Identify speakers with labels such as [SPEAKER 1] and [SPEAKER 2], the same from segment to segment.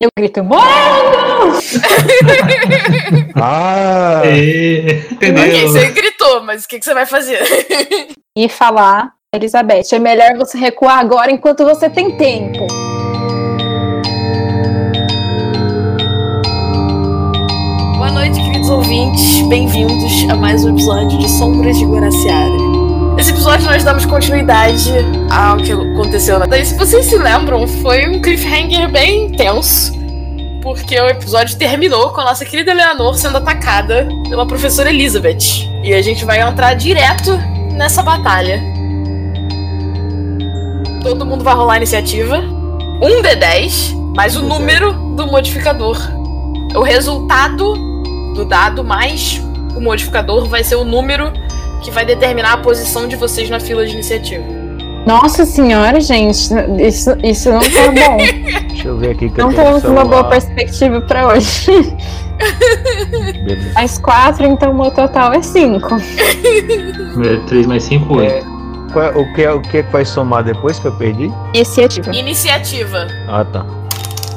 [SPEAKER 1] Eu grito, morango!
[SPEAKER 2] Ah!
[SPEAKER 3] E...
[SPEAKER 4] Ok,
[SPEAKER 3] Entendeu?
[SPEAKER 4] você gritou, mas o que, que você vai fazer?
[SPEAKER 1] E falar, Elizabeth, é melhor você recuar agora enquanto você tem tempo.
[SPEAKER 4] Boa noite, queridos ouvintes. Bem-vindos a mais um episódio de Sombras de Guaraciara. Nesse episódio nós damos continuidade ao que aconteceu na... Daí, se vocês se lembram, foi um cliffhanger bem tenso. Porque o episódio terminou com a nossa querida Eleanor sendo atacada pela professora Elizabeth. E a gente vai entrar direto nessa batalha. Todo mundo vai rolar a iniciativa. Um D10, mais o número do modificador. O resultado do dado mais o modificador vai ser o número que vai determinar a posição de vocês na fila de iniciativa.
[SPEAKER 1] Nossa senhora, gente, isso, isso não tá bom.
[SPEAKER 2] Deixa eu ver aqui que um
[SPEAKER 1] Não
[SPEAKER 2] eu tenho
[SPEAKER 1] temos uma boa
[SPEAKER 2] celular.
[SPEAKER 1] perspectiva pra hoje.
[SPEAKER 2] Beleza.
[SPEAKER 1] Mais quatro, então meu total é cinco.
[SPEAKER 3] 3 mais 5, 8.
[SPEAKER 2] É, qual é- o, que, é- o que é que vai somar depois que eu perdi?
[SPEAKER 1] Iniciativa.
[SPEAKER 4] Iniciativa.
[SPEAKER 2] Ah, tá.
[SPEAKER 4] Tá.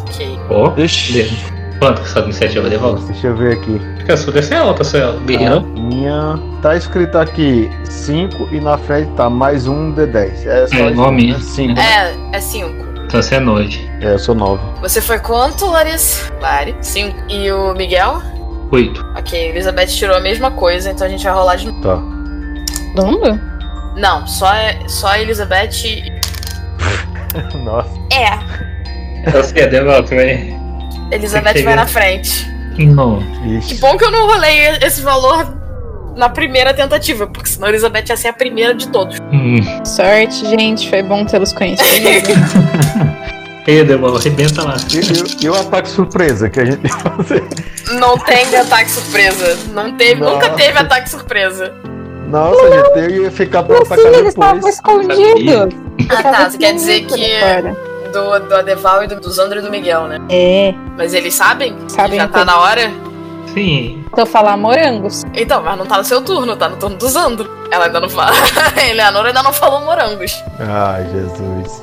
[SPEAKER 4] Ok.
[SPEAKER 3] Ó,
[SPEAKER 2] Ixi.
[SPEAKER 3] beleza. quanto que essa iniciativa devolve?
[SPEAKER 2] Deixa eu ver aqui.
[SPEAKER 3] Porque a sua deve ser alta, essa
[SPEAKER 2] A
[SPEAKER 3] guerreira.
[SPEAKER 2] minha. Tá escrito aqui 5 e na frente tá mais um D10. É só
[SPEAKER 3] É,
[SPEAKER 2] isso,
[SPEAKER 3] igual a minha.
[SPEAKER 2] né? Cinco.
[SPEAKER 4] É, é 5.
[SPEAKER 3] Então você é noite.
[SPEAKER 2] É, eu sou 9.
[SPEAKER 4] Você foi quanto, Larissa? Lari. 5. E o Miguel?
[SPEAKER 3] 8.
[SPEAKER 4] Ok, Elizabeth tirou a mesma coisa, então a gente vai rolar de novo.
[SPEAKER 2] Tá.
[SPEAKER 1] Todo mundo?
[SPEAKER 4] Não, só, é, só a Elizabeth.
[SPEAKER 2] Nossa.
[SPEAKER 4] É.
[SPEAKER 3] Então você devolve, velho.
[SPEAKER 4] Elizabeth vai na frente.
[SPEAKER 3] Não.
[SPEAKER 4] Que
[SPEAKER 2] Ixi.
[SPEAKER 4] bom que eu não rolei esse valor na primeira tentativa, porque senão a Elizabeth ia ser a primeira de todos.
[SPEAKER 3] Hum.
[SPEAKER 1] Sorte, gente, foi bom tê-los conhecido.
[SPEAKER 3] E devolve, arrebenta lá.
[SPEAKER 2] E, e- e o ataque surpresa que a gente ia fazer?
[SPEAKER 4] Não tem ataque surpresa. Não teve,
[SPEAKER 2] Nossa.
[SPEAKER 4] nunca teve ataque surpresa.
[SPEAKER 2] Nossa, gente, eu ia ficar pra
[SPEAKER 1] Mas sim,
[SPEAKER 2] atacar
[SPEAKER 1] ele estava
[SPEAKER 2] depois.
[SPEAKER 1] escondido.
[SPEAKER 4] Ah,
[SPEAKER 1] Tava
[SPEAKER 4] tá. Você quer dizer
[SPEAKER 1] escondido
[SPEAKER 4] que
[SPEAKER 1] agora.
[SPEAKER 4] do, do Adeval e do, do Zandro e do Miguel, né?
[SPEAKER 1] É,
[SPEAKER 4] Mas eles sabem? que
[SPEAKER 1] Sabem
[SPEAKER 4] Já tá
[SPEAKER 1] tudo.
[SPEAKER 4] na hora?
[SPEAKER 3] Sim.
[SPEAKER 1] tô falar morangos.
[SPEAKER 4] Então, mas não tá no seu turno, tá no turno do Zandro. Ela ainda não fala. A Eleanor ainda não falou morangos.
[SPEAKER 2] Ai, Jesus.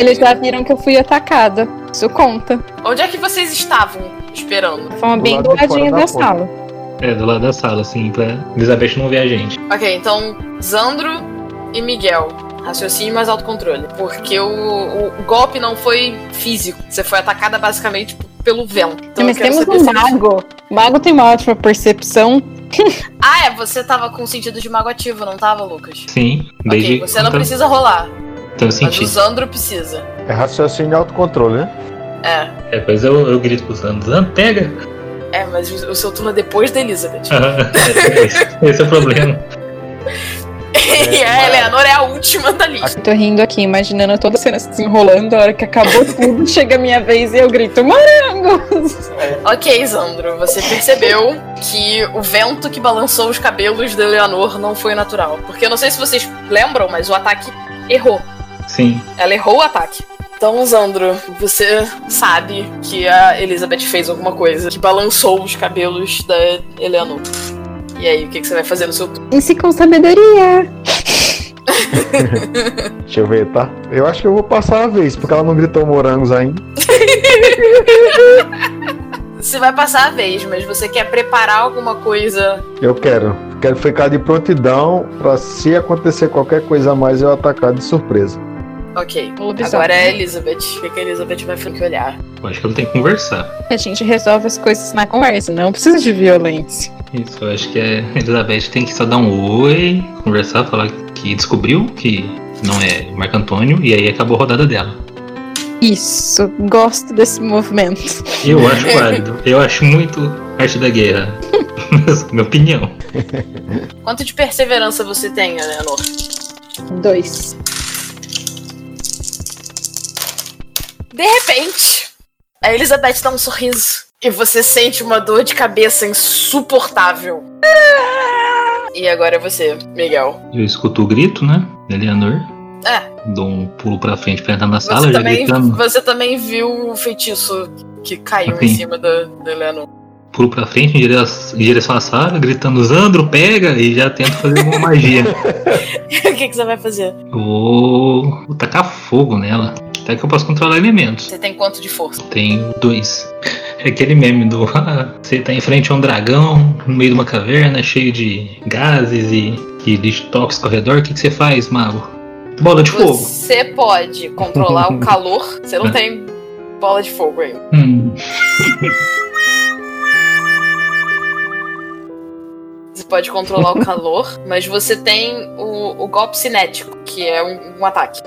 [SPEAKER 1] Eles já viram que eu fui atacada. Isso conta.
[SPEAKER 4] Onde é que vocês estavam esperando?
[SPEAKER 1] Foi
[SPEAKER 2] Do
[SPEAKER 1] bem
[SPEAKER 2] lado
[SPEAKER 1] do
[SPEAKER 2] de fora
[SPEAKER 1] ladinho
[SPEAKER 2] da
[SPEAKER 1] da,
[SPEAKER 2] porta.
[SPEAKER 1] sala.
[SPEAKER 3] É, do lado da sala, assim, pra Elizabeth não ver a gente.
[SPEAKER 4] Ok, então Zandro e Miguel. Raciocínio mais autocontrole. Porque o, o golpe não foi físico. Você foi atacada basicamente p- pelo vento. Então
[SPEAKER 1] Mas
[SPEAKER 4] eu quero
[SPEAKER 1] temos
[SPEAKER 4] saber
[SPEAKER 1] um
[SPEAKER 4] se-
[SPEAKER 1] mago. O mago tem uma ótima percepção.
[SPEAKER 4] Ah, é, você tava com sentido de mago ativo, não tava, Lucas?
[SPEAKER 3] Sim.
[SPEAKER 4] ok, você não precisa rolar,
[SPEAKER 3] Então
[SPEAKER 4] mas o
[SPEAKER 3] senti.
[SPEAKER 4] Zandro precisa.
[SPEAKER 2] É raciocínio e autocontrole, né?
[SPEAKER 4] É,
[SPEAKER 3] É, pois eu, eu grito pro Zan. Zan, pega!
[SPEAKER 4] é, mas o o seu turno é depois da Elizabeth.
[SPEAKER 3] esse, esse é o problema.
[SPEAKER 4] e a Eleanor é a última da lista.
[SPEAKER 1] Tô rindo aqui, imaginando toda a cena se desenrolando. A hora que acabou tudo, chega a minha vez e eu grito: Morangos!
[SPEAKER 4] Ok, Zandro, você percebeu que o vento que balançou os cabelos da Eleanor não foi natural. Porque eu não sei se vocês lembram, mas o ataque errou.
[SPEAKER 3] Sim.
[SPEAKER 4] Ela errou o ataque. Então, Zandro, você sabe que a Elizabeth fez alguma coisa que balançou os cabelos da Eleanor. E aí, o que, que você vai fazer no seu turno?
[SPEAKER 1] E se com sabedoria.
[SPEAKER 2] Deixa eu ver, tá? Eu acho que eu vou passar a vez, porque ela não gritou morangos ainda.
[SPEAKER 4] Você vai passar a vez, mas você quer preparar alguma coisa?
[SPEAKER 2] Eu quero. Quero ficar de prontidão pra se acontecer qualquer coisa a mais eu atacar de surpresa.
[SPEAKER 4] Ok.
[SPEAKER 1] O lobisomem.
[SPEAKER 4] Agora é a Elizabeth. O que que a Elizabeth vai ter que olhar?
[SPEAKER 3] Eu acho que não tem que conversar.
[SPEAKER 1] A gente resolve as coisas na conversa, não precisa de violência.
[SPEAKER 3] Isso, eu acho que é. Elizabeth tem que só dar um oi, conversar, falar que descobriu que não é Marco Antônio, e aí acabou a rodada dela.
[SPEAKER 1] Isso, gosto desse movimento.
[SPEAKER 3] Eu
[SPEAKER 4] É.
[SPEAKER 3] acho válido. Eu acho muito arte da guerra. Minha opinião.
[SPEAKER 4] Quanto de perseverança você tem, Eleanor?
[SPEAKER 1] Dois.
[SPEAKER 4] De repente, a Elizabeth dá um sorriso e você sente uma dor de cabeça insuportável. E agora é você, Miguel.
[SPEAKER 3] Eu escuto o grito, né? Da Eleanor.
[SPEAKER 4] É.
[SPEAKER 3] Dou um pulo pra frente pra entrar na
[SPEAKER 4] Você,
[SPEAKER 3] sala, já
[SPEAKER 4] também,
[SPEAKER 3] gritando.
[SPEAKER 4] você também viu o feitiço que caiu
[SPEAKER 3] Sim.
[SPEAKER 4] em cima da, da Eleanor.
[SPEAKER 3] Pulo pra frente em direção, em direção à sala, gritando, Zandro, pega! E já tento fazer uma magia.
[SPEAKER 4] o que, que você vai fazer?
[SPEAKER 3] Eu Vou, vou tacar fogo nela. Até que eu posso controlar elementos.
[SPEAKER 4] Você tem quanto de força?
[SPEAKER 3] Tenho dois. É aquele meme do. ah, você tá em frente a um dragão, no meio de uma caverna, cheio de gases e, e lixo tóxico ao redor. O que, que você faz, mago? Bola de fogo.
[SPEAKER 4] Você pode controlar o calor. Você não tem bola de fogo ainda.
[SPEAKER 3] Hum,
[SPEAKER 4] Você pode controlar o calor, mas você tem o, o golpe cinético, que é um, um ataque.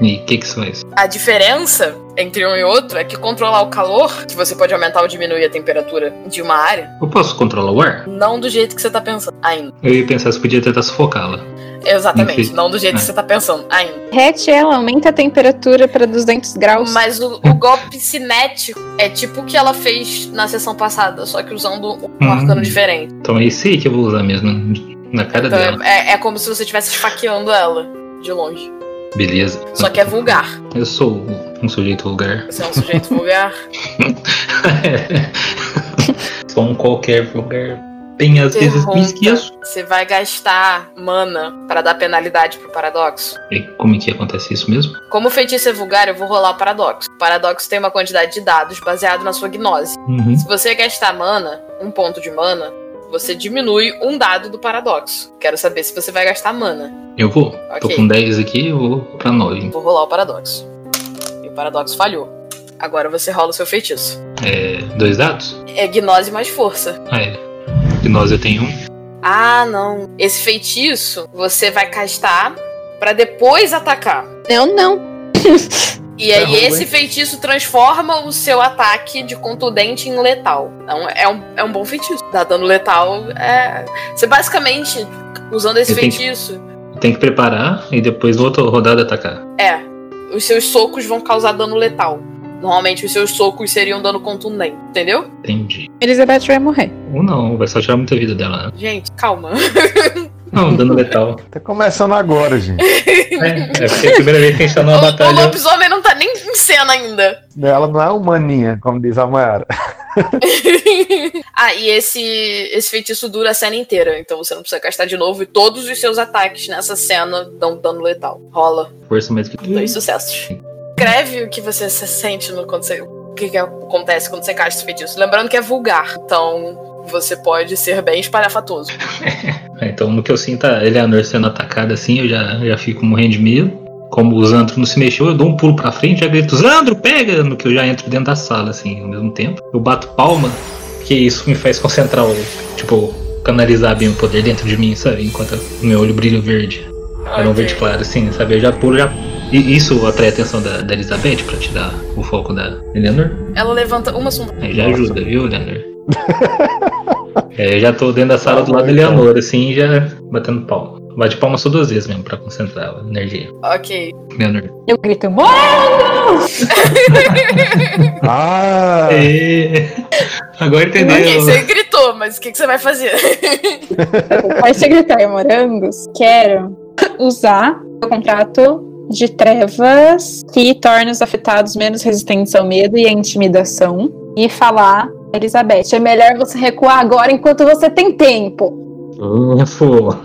[SPEAKER 3] e o que, que você faz?
[SPEAKER 4] A diferença entre um e outro é que controlar o calor, que você pode aumentar ou diminuir a temperatura de uma área,
[SPEAKER 3] Eu posso controlar o ar?
[SPEAKER 4] não do jeito que você tá pensando ainda.
[SPEAKER 3] Eu ia pensar se podia tentar sufocá-la.
[SPEAKER 4] Exatamente,
[SPEAKER 3] Enfim.
[SPEAKER 4] não do jeito que
[SPEAKER 3] É.
[SPEAKER 4] você tá pensando ainda.
[SPEAKER 1] Rete, ela aumenta a temperatura para 200 graus.
[SPEAKER 4] Mas o, o golpe cinético é tipo o que ela fez na sessão passada, só que usando um
[SPEAKER 3] Hum.
[SPEAKER 4] arcano diferente.
[SPEAKER 3] Então é isso aí que eu vou usar mesmo. Na cara
[SPEAKER 4] Então
[SPEAKER 3] dela.
[SPEAKER 4] é, é como se você estivesse esfaqueando ela de longe.
[SPEAKER 3] Beleza.
[SPEAKER 4] Só que é vulgar.
[SPEAKER 3] Eu sou um sujeito vulgar.
[SPEAKER 4] Você é um sujeito vulgar.
[SPEAKER 3] Sou um qualquer vulgar. Bem, às vezes
[SPEAKER 4] Pergunta.
[SPEAKER 3] me esqueço.
[SPEAKER 4] Você vai gastar mana para dar penalidade pro paradoxo.
[SPEAKER 3] E como é que acontece isso mesmo?
[SPEAKER 4] Como o feitiço é vulgar, eu vou rolar o paradoxo. O paradoxo tem uma quantidade de dados baseado na sua gnose.
[SPEAKER 3] Uhum.
[SPEAKER 4] Se você gastar mana, um ponto de mana, você diminui um dado do paradoxo. Quero saber se você vai gastar mana.
[SPEAKER 3] Eu vou. Tô
[SPEAKER 4] Ok.
[SPEAKER 3] com 10 aqui, eu vou pra 9.
[SPEAKER 4] Vou rolar o paradoxo. E o paradoxo falhou. Agora você rola o seu feitiço.
[SPEAKER 3] É, dois dados?
[SPEAKER 4] É gnose mais força.
[SPEAKER 3] Ah, é. E nós eu tenho um.
[SPEAKER 4] Ah, não. Esse feitiço você vai castar pra depois atacar.
[SPEAKER 1] Eu não.
[SPEAKER 4] E aí
[SPEAKER 2] roubo, hein?
[SPEAKER 4] esse feitiço transforma o seu ataque de contundente em letal. Então é um, é um bom feitiço. Dá dano letal. É... Você basicamente, usando esse
[SPEAKER 3] Eu tenho que-
[SPEAKER 4] feitiço,
[SPEAKER 3] Tem que preparar e depois no outro rodada atacar.
[SPEAKER 4] é. Os seus socos vão causar dano letal. Normalmente os seus socos seriam dano contundente, entendeu?
[SPEAKER 3] Entendi.
[SPEAKER 1] Elizabeth vai morrer.
[SPEAKER 3] Ou não, vai só tirar muita vida dela. né?
[SPEAKER 4] Gente, calma.
[SPEAKER 3] Não, dano letal.
[SPEAKER 2] Tá começando agora, gente.
[SPEAKER 3] É, é porque é a primeira vez que a gente tá numa
[SPEAKER 4] O- O
[SPEAKER 3] batalha.
[SPEAKER 4] lobisomem não tá nem em cena ainda.
[SPEAKER 2] Ela não é humaninha, como diz a Mayara.
[SPEAKER 4] ah, e esse, esse feitiço dura a cena inteira. Então você não precisa gastar de novo. E todos os seus ataques nessa cena dão dano letal. Rola.
[SPEAKER 3] Força mais que.
[SPEAKER 4] Dois sucessos. Escreve o que você se sente no, quando você. O que, que acontece quando você casta esse feitiço? Lembrando que é vulgar. Então você pode ser bem espalhafatoso.
[SPEAKER 3] É, então, no que eu sinto a Eleanor sendo atacada assim, eu já, já fico morrendo de medo. Como o Zandro não se mexeu, eu dou um pulo pra frente, já grito, Zandro, pega! No que eu já entro dentro da sala, assim, ao mesmo tempo. Eu bato palma, que isso me faz concentrar, o, tipo, canalizar bem o poder dentro de mim, sabe? Enquanto o meu olho brilha verde. Era um
[SPEAKER 4] Ok.
[SPEAKER 3] verde claro, assim, sabe? Eu já pulo, já... E isso atrai a atenção da, da Elizabeth pra tirar o foco da Eleanor.
[SPEAKER 4] Ela levanta uma sombra.
[SPEAKER 3] Aí já ajuda, viu, Leonor? é, eu já tô dentro da sala do lado da Leonor, assim, já batendo palma. Bate palma só duas vezes mesmo, pra concentrar a energia.
[SPEAKER 4] Ok.
[SPEAKER 3] Leonor.
[SPEAKER 1] Eu grito, morango!
[SPEAKER 2] Ah!
[SPEAKER 3] É, Agora entendeu.
[SPEAKER 4] Ok, você gritou, mas o que, que você vai fazer?
[SPEAKER 1] Vai ser gritar, morangos. Quero usar o contrato de trevas que torna os afetados menos resistentes ao medo e à intimidação. E falar, Elizabeth, é melhor você recuar agora enquanto você tem tempo.
[SPEAKER 3] Ufo.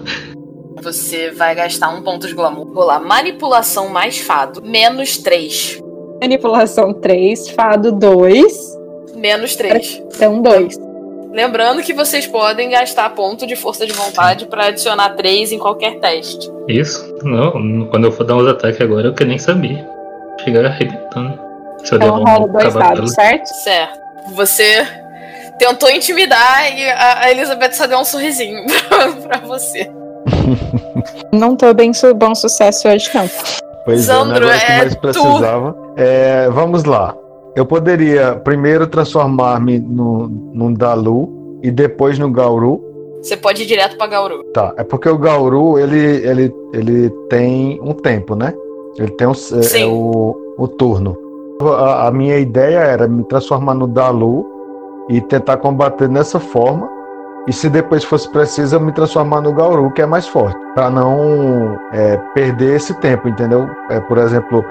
[SPEAKER 4] Você vai gastar um ponto de glamour. Rolar manipulação mais fado. Menos 3.
[SPEAKER 1] Manipulação 3, fado 2.
[SPEAKER 4] Menos 3.
[SPEAKER 1] São dois.
[SPEAKER 2] Tá
[SPEAKER 4] Lembrando que vocês podem gastar ponto de força de vontade pra adicionar 3 em qualquer teste.
[SPEAKER 3] Isso? Não, quando eu for dar uns ataques agora, eu quero nem saber. Chegar arrebentando. Se eu der
[SPEAKER 1] Então
[SPEAKER 3] um
[SPEAKER 1] rola dois
[SPEAKER 3] cavalo
[SPEAKER 1] dados, certo?
[SPEAKER 4] Certo. Você tentou intimidar e a a Elizabeth só deu um sorrisinho pra, pra você.
[SPEAKER 1] Não tô bem su bom sucesso hoje, não.
[SPEAKER 2] Pois
[SPEAKER 4] Sandro,
[SPEAKER 2] é, o negócio que
[SPEAKER 4] é
[SPEAKER 2] mais
[SPEAKER 4] tu.
[SPEAKER 2] precisava. É, vamos lá. Eu poderia primeiro transformar-me no- num Dalu e depois no Gauru.
[SPEAKER 4] Você pode ir direto pra Gauru.
[SPEAKER 2] Tá, é porque o Gauru, ele, ele, ele tem um tempo, né? Ele tem um, é,
[SPEAKER 4] Sim.
[SPEAKER 2] o, o turno. A, a minha ideia era me transformar no Dalu e tentar combater nessa forma. E se depois fosse preciso, eu me transformar no Gauru, que é mais forte. Pra não é, perder esse tempo, entendeu? É, por exemplo,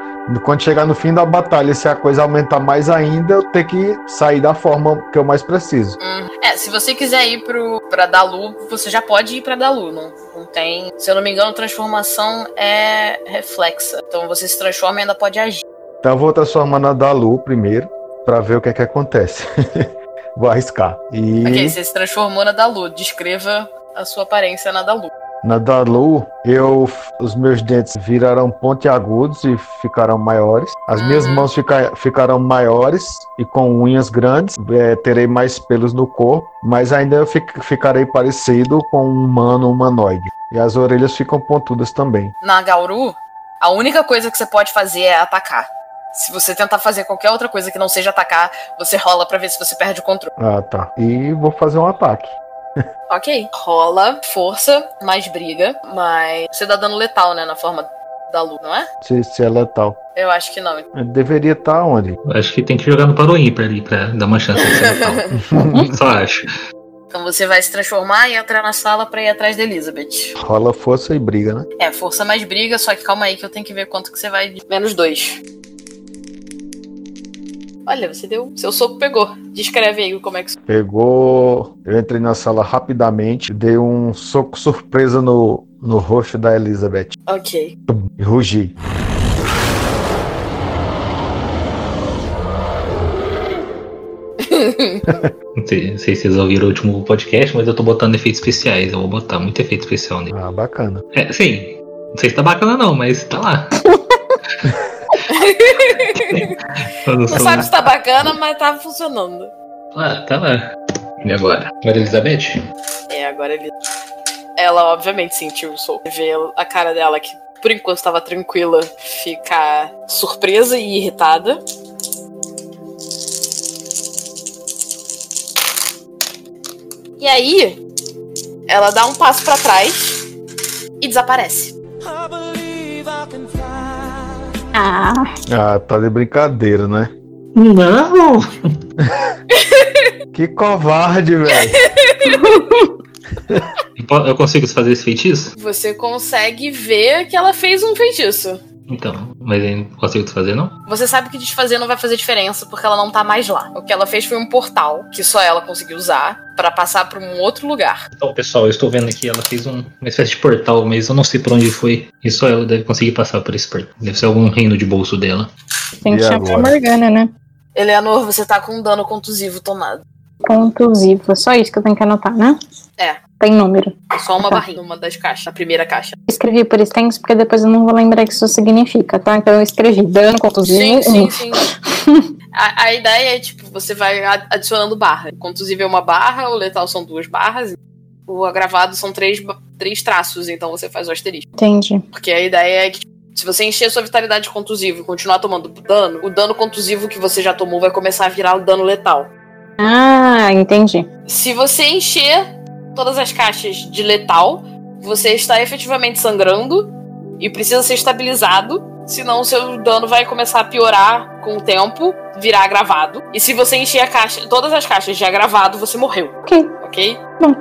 [SPEAKER 2] quando chegar no fim da batalha, se a coisa aumentar mais ainda, eu ter que sair da forma que eu mais preciso.
[SPEAKER 4] Hum. É, se você quiser ir pro, pra Dalu, você já pode ir pra Dalu. Não, Não tem. Se eu não me engano, transformação é reflexa. Então você se transforma e ainda pode agir.
[SPEAKER 2] Então eu vou transformar na da Lu primeiro, pra ver o que é que acontece. vou arriscar. E
[SPEAKER 4] Ok, você se transformou na Dalu. Descreva a sua aparência na Dalu.
[SPEAKER 2] na da Lu, eu, os meus dentes viraram pontiagudos e ficaram maiores. As minhas
[SPEAKER 4] Uhum.
[SPEAKER 2] mãos fica- ficaram maiores e com unhas grandes. É, terei mais pelos no corpo, mas ainda eu fic- ficarei parecido com um humano humanoide. E as orelhas ficam pontudas também.
[SPEAKER 4] Na Gauru, a única coisa que você pode fazer é atacar. Se você tentar fazer qualquer outra coisa que não seja atacar, você rola pra ver se você perde o controle.
[SPEAKER 2] Ah, tá. E vou fazer um ataque.
[SPEAKER 4] Ok. Rola, força, mais briga, mais. Você dá dano letal, né? Na forma da Lu, não é?
[SPEAKER 2] Se, se é letal.
[SPEAKER 4] Eu acho que não. então.
[SPEAKER 2] Eu deveria estar onde?
[SPEAKER 3] Eu acho que tem que jogar no Paroímpa ali pra dar uma chance de ser letal. Só acho.
[SPEAKER 4] Então você vai se transformar e entrar na sala pra ir atrás da Elizabeth.
[SPEAKER 2] Rola força e briga, né?
[SPEAKER 4] É, força mais briga, só que calma aí que eu tenho que ver quanto que você vai. de- Menos dois. Olha, você deu. Seu soco pegou. Descreve aí como é que.
[SPEAKER 2] Pegou. Eu entrei na sala rapidamente, dei um soco surpresa no, no rosto da Elizabeth
[SPEAKER 4] Ok.
[SPEAKER 2] e rugi.
[SPEAKER 3] Não sei, não sei se vocês ouviram o último podcast, mas eu tô botando efeitos especiais. Eu vou botar muito efeito especial nele.
[SPEAKER 2] Ah, bacana.
[SPEAKER 3] É, sim. Não sei se tá bacana não, mas tá lá. Eu não
[SPEAKER 4] Não
[SPEAKER 3] sou-
[SPEAKER 4] sabe se tá bacana, mas tá funcionando.
[SPEAKER 3] Ah, né? tá lá. E agora? Agora, Elizabeth?
[SPEAKER 4] É, agora ele. Ela obviamente sentiu o soco. Vê a cara dela que por enquanto estava tranquila ficar surpresa e irritada. E aí, ela dá um passo pra trás e desaparece.
[SPEAKER 1] Ah,
[SPEAKER 2] Ah, tá de brincadeira, né?
[SPEAKER 3] Não!
[SPEAKER 2] Que covarde, velho.
[SPEAKER 3] Eu consigo fazer esse feitiço?
[SPEAKER 4] Você consegue ver que ela fez um feitiço.
[SPEAKER 3] Então, mas eu não consigo desfazer não?
[SPEAKER 4] Você sabe que desfazer não vai fazer diferença porque ela não tá mais lá. O que ela fez foi um portal que só ela conseguiu usar pra passar pra um outro lugar.
[SPEAKER 3] Então, pessoal, eu estou vendo aqui, ela fez um- uma espécie de portal, mas eu não sei pra onde foi. E só ela deve conseguir passar por esse portal. Deve ser algum reino de bolso dela.
[SPEAKER 1] tem que
[SPEAKER 2] E
[SPEAKER 1] chamar a
[SPEAKER 2] agora?
[SPEAKER 1] Morgana, né?
[SPEAKER 4] Eleanor, você tá com um dano contusivo tomado.
[SPEAKER 1] Conclusivo. É só isso que eu tenho que anotar, né?
[SPEAKER 4] É.
[SPEAKER 1] Tem número.
[SPEAKER 4] É Só uma
[SPEAKER 1] Tá.
[SPEAKER 4] barrinha, uma das caixas, a primeira caixa.
[SPEAKER 1] Escrevi por extenso, porque depois eu não vou lembrar o que isso significa, tá? Então eu escrevi dano,
[SPEAKER 4] Sim,
[SPEAKER 1] conclusivo.
[SPEAKER 4] sim, sim. A, a ideia é, tipo, você vai a- adicionando barra. Contusivo é uma barra, o letal são duas barras, o agravado são três, ba- três traços, então você faz o asterisco.
[SPEAKER 1] Entendi.
[SPEAKER 4] Porque a ideia é que tipo, se você encher sua vitalidade de contusivo e continuar tomando dano, o dano contusivo que você já tomou vai começar a virar o dano letal.
[SPEAKER 1] Ah, entendi.
[SPEAKER 4] Se você encher todas as caixas de letal, você está efetivamente sangrando e precisa ser estabilizado, senão o seu dano vai começar a piorar com o tempo, virar agravado. E se você encher a caixa, todas as caixas de agravado, você morreu.
[SPEAKER 1] Ok.
[SPEAKER 4] Ok?
[SPEAKER 1] Bom.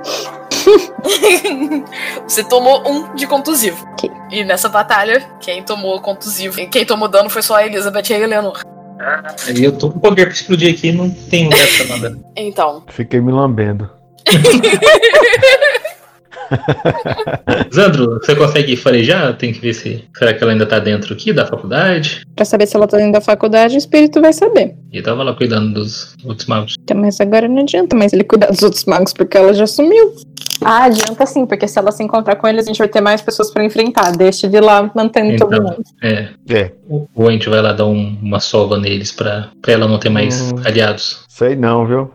[SPEAKER 4] você tomou um de contusivo.
[SPEAKER 1] Ok.
[SPEAKER 4] E nessa batalha, quem tomou contusivo, quem tomou dano foi só a Elizabeth e a Eleanor.
[SPEAKER 3] E eu tô com poder pra explodir aqui não tem lugar pra nada.
[SPEAKER 4] Então,
[SPEAKER 2] Fiquei me lambendo.
[SPEAKER 3] Zandro, você consegue farejar? Tem que ver se. Será que ela ainda tá dentro aqui da faculdade?
[SPEAKER 1] Pra saber se ela tá dentro da faculdade, o espírito vai saber.
[SPEAKER 3] E tava lá cuidando dos outros magos.
[SPEAKER 1] Então, mas agora não adianta mais ele cuidar dos outros magos, porque ela já sumiu. Ah, adianta sim, porque se ela se encontrar com eles, a gente vai ter mais pessoas pra enfrentar. Deixa de lá mantendo
[SPEAKER 3] Então.
[SPEAKER 1] todo mundo.
[SPEAKER 3] É.
[SPEAKER 2] É,
[SPEAKER 3] O o Ent vai lá dar um- uma sova neles pra, pra ela não ter mais
[SPEAKER 2] Hum.
[SPEAKER 3] aliados.
[SPEAKER 2] sei não, viu?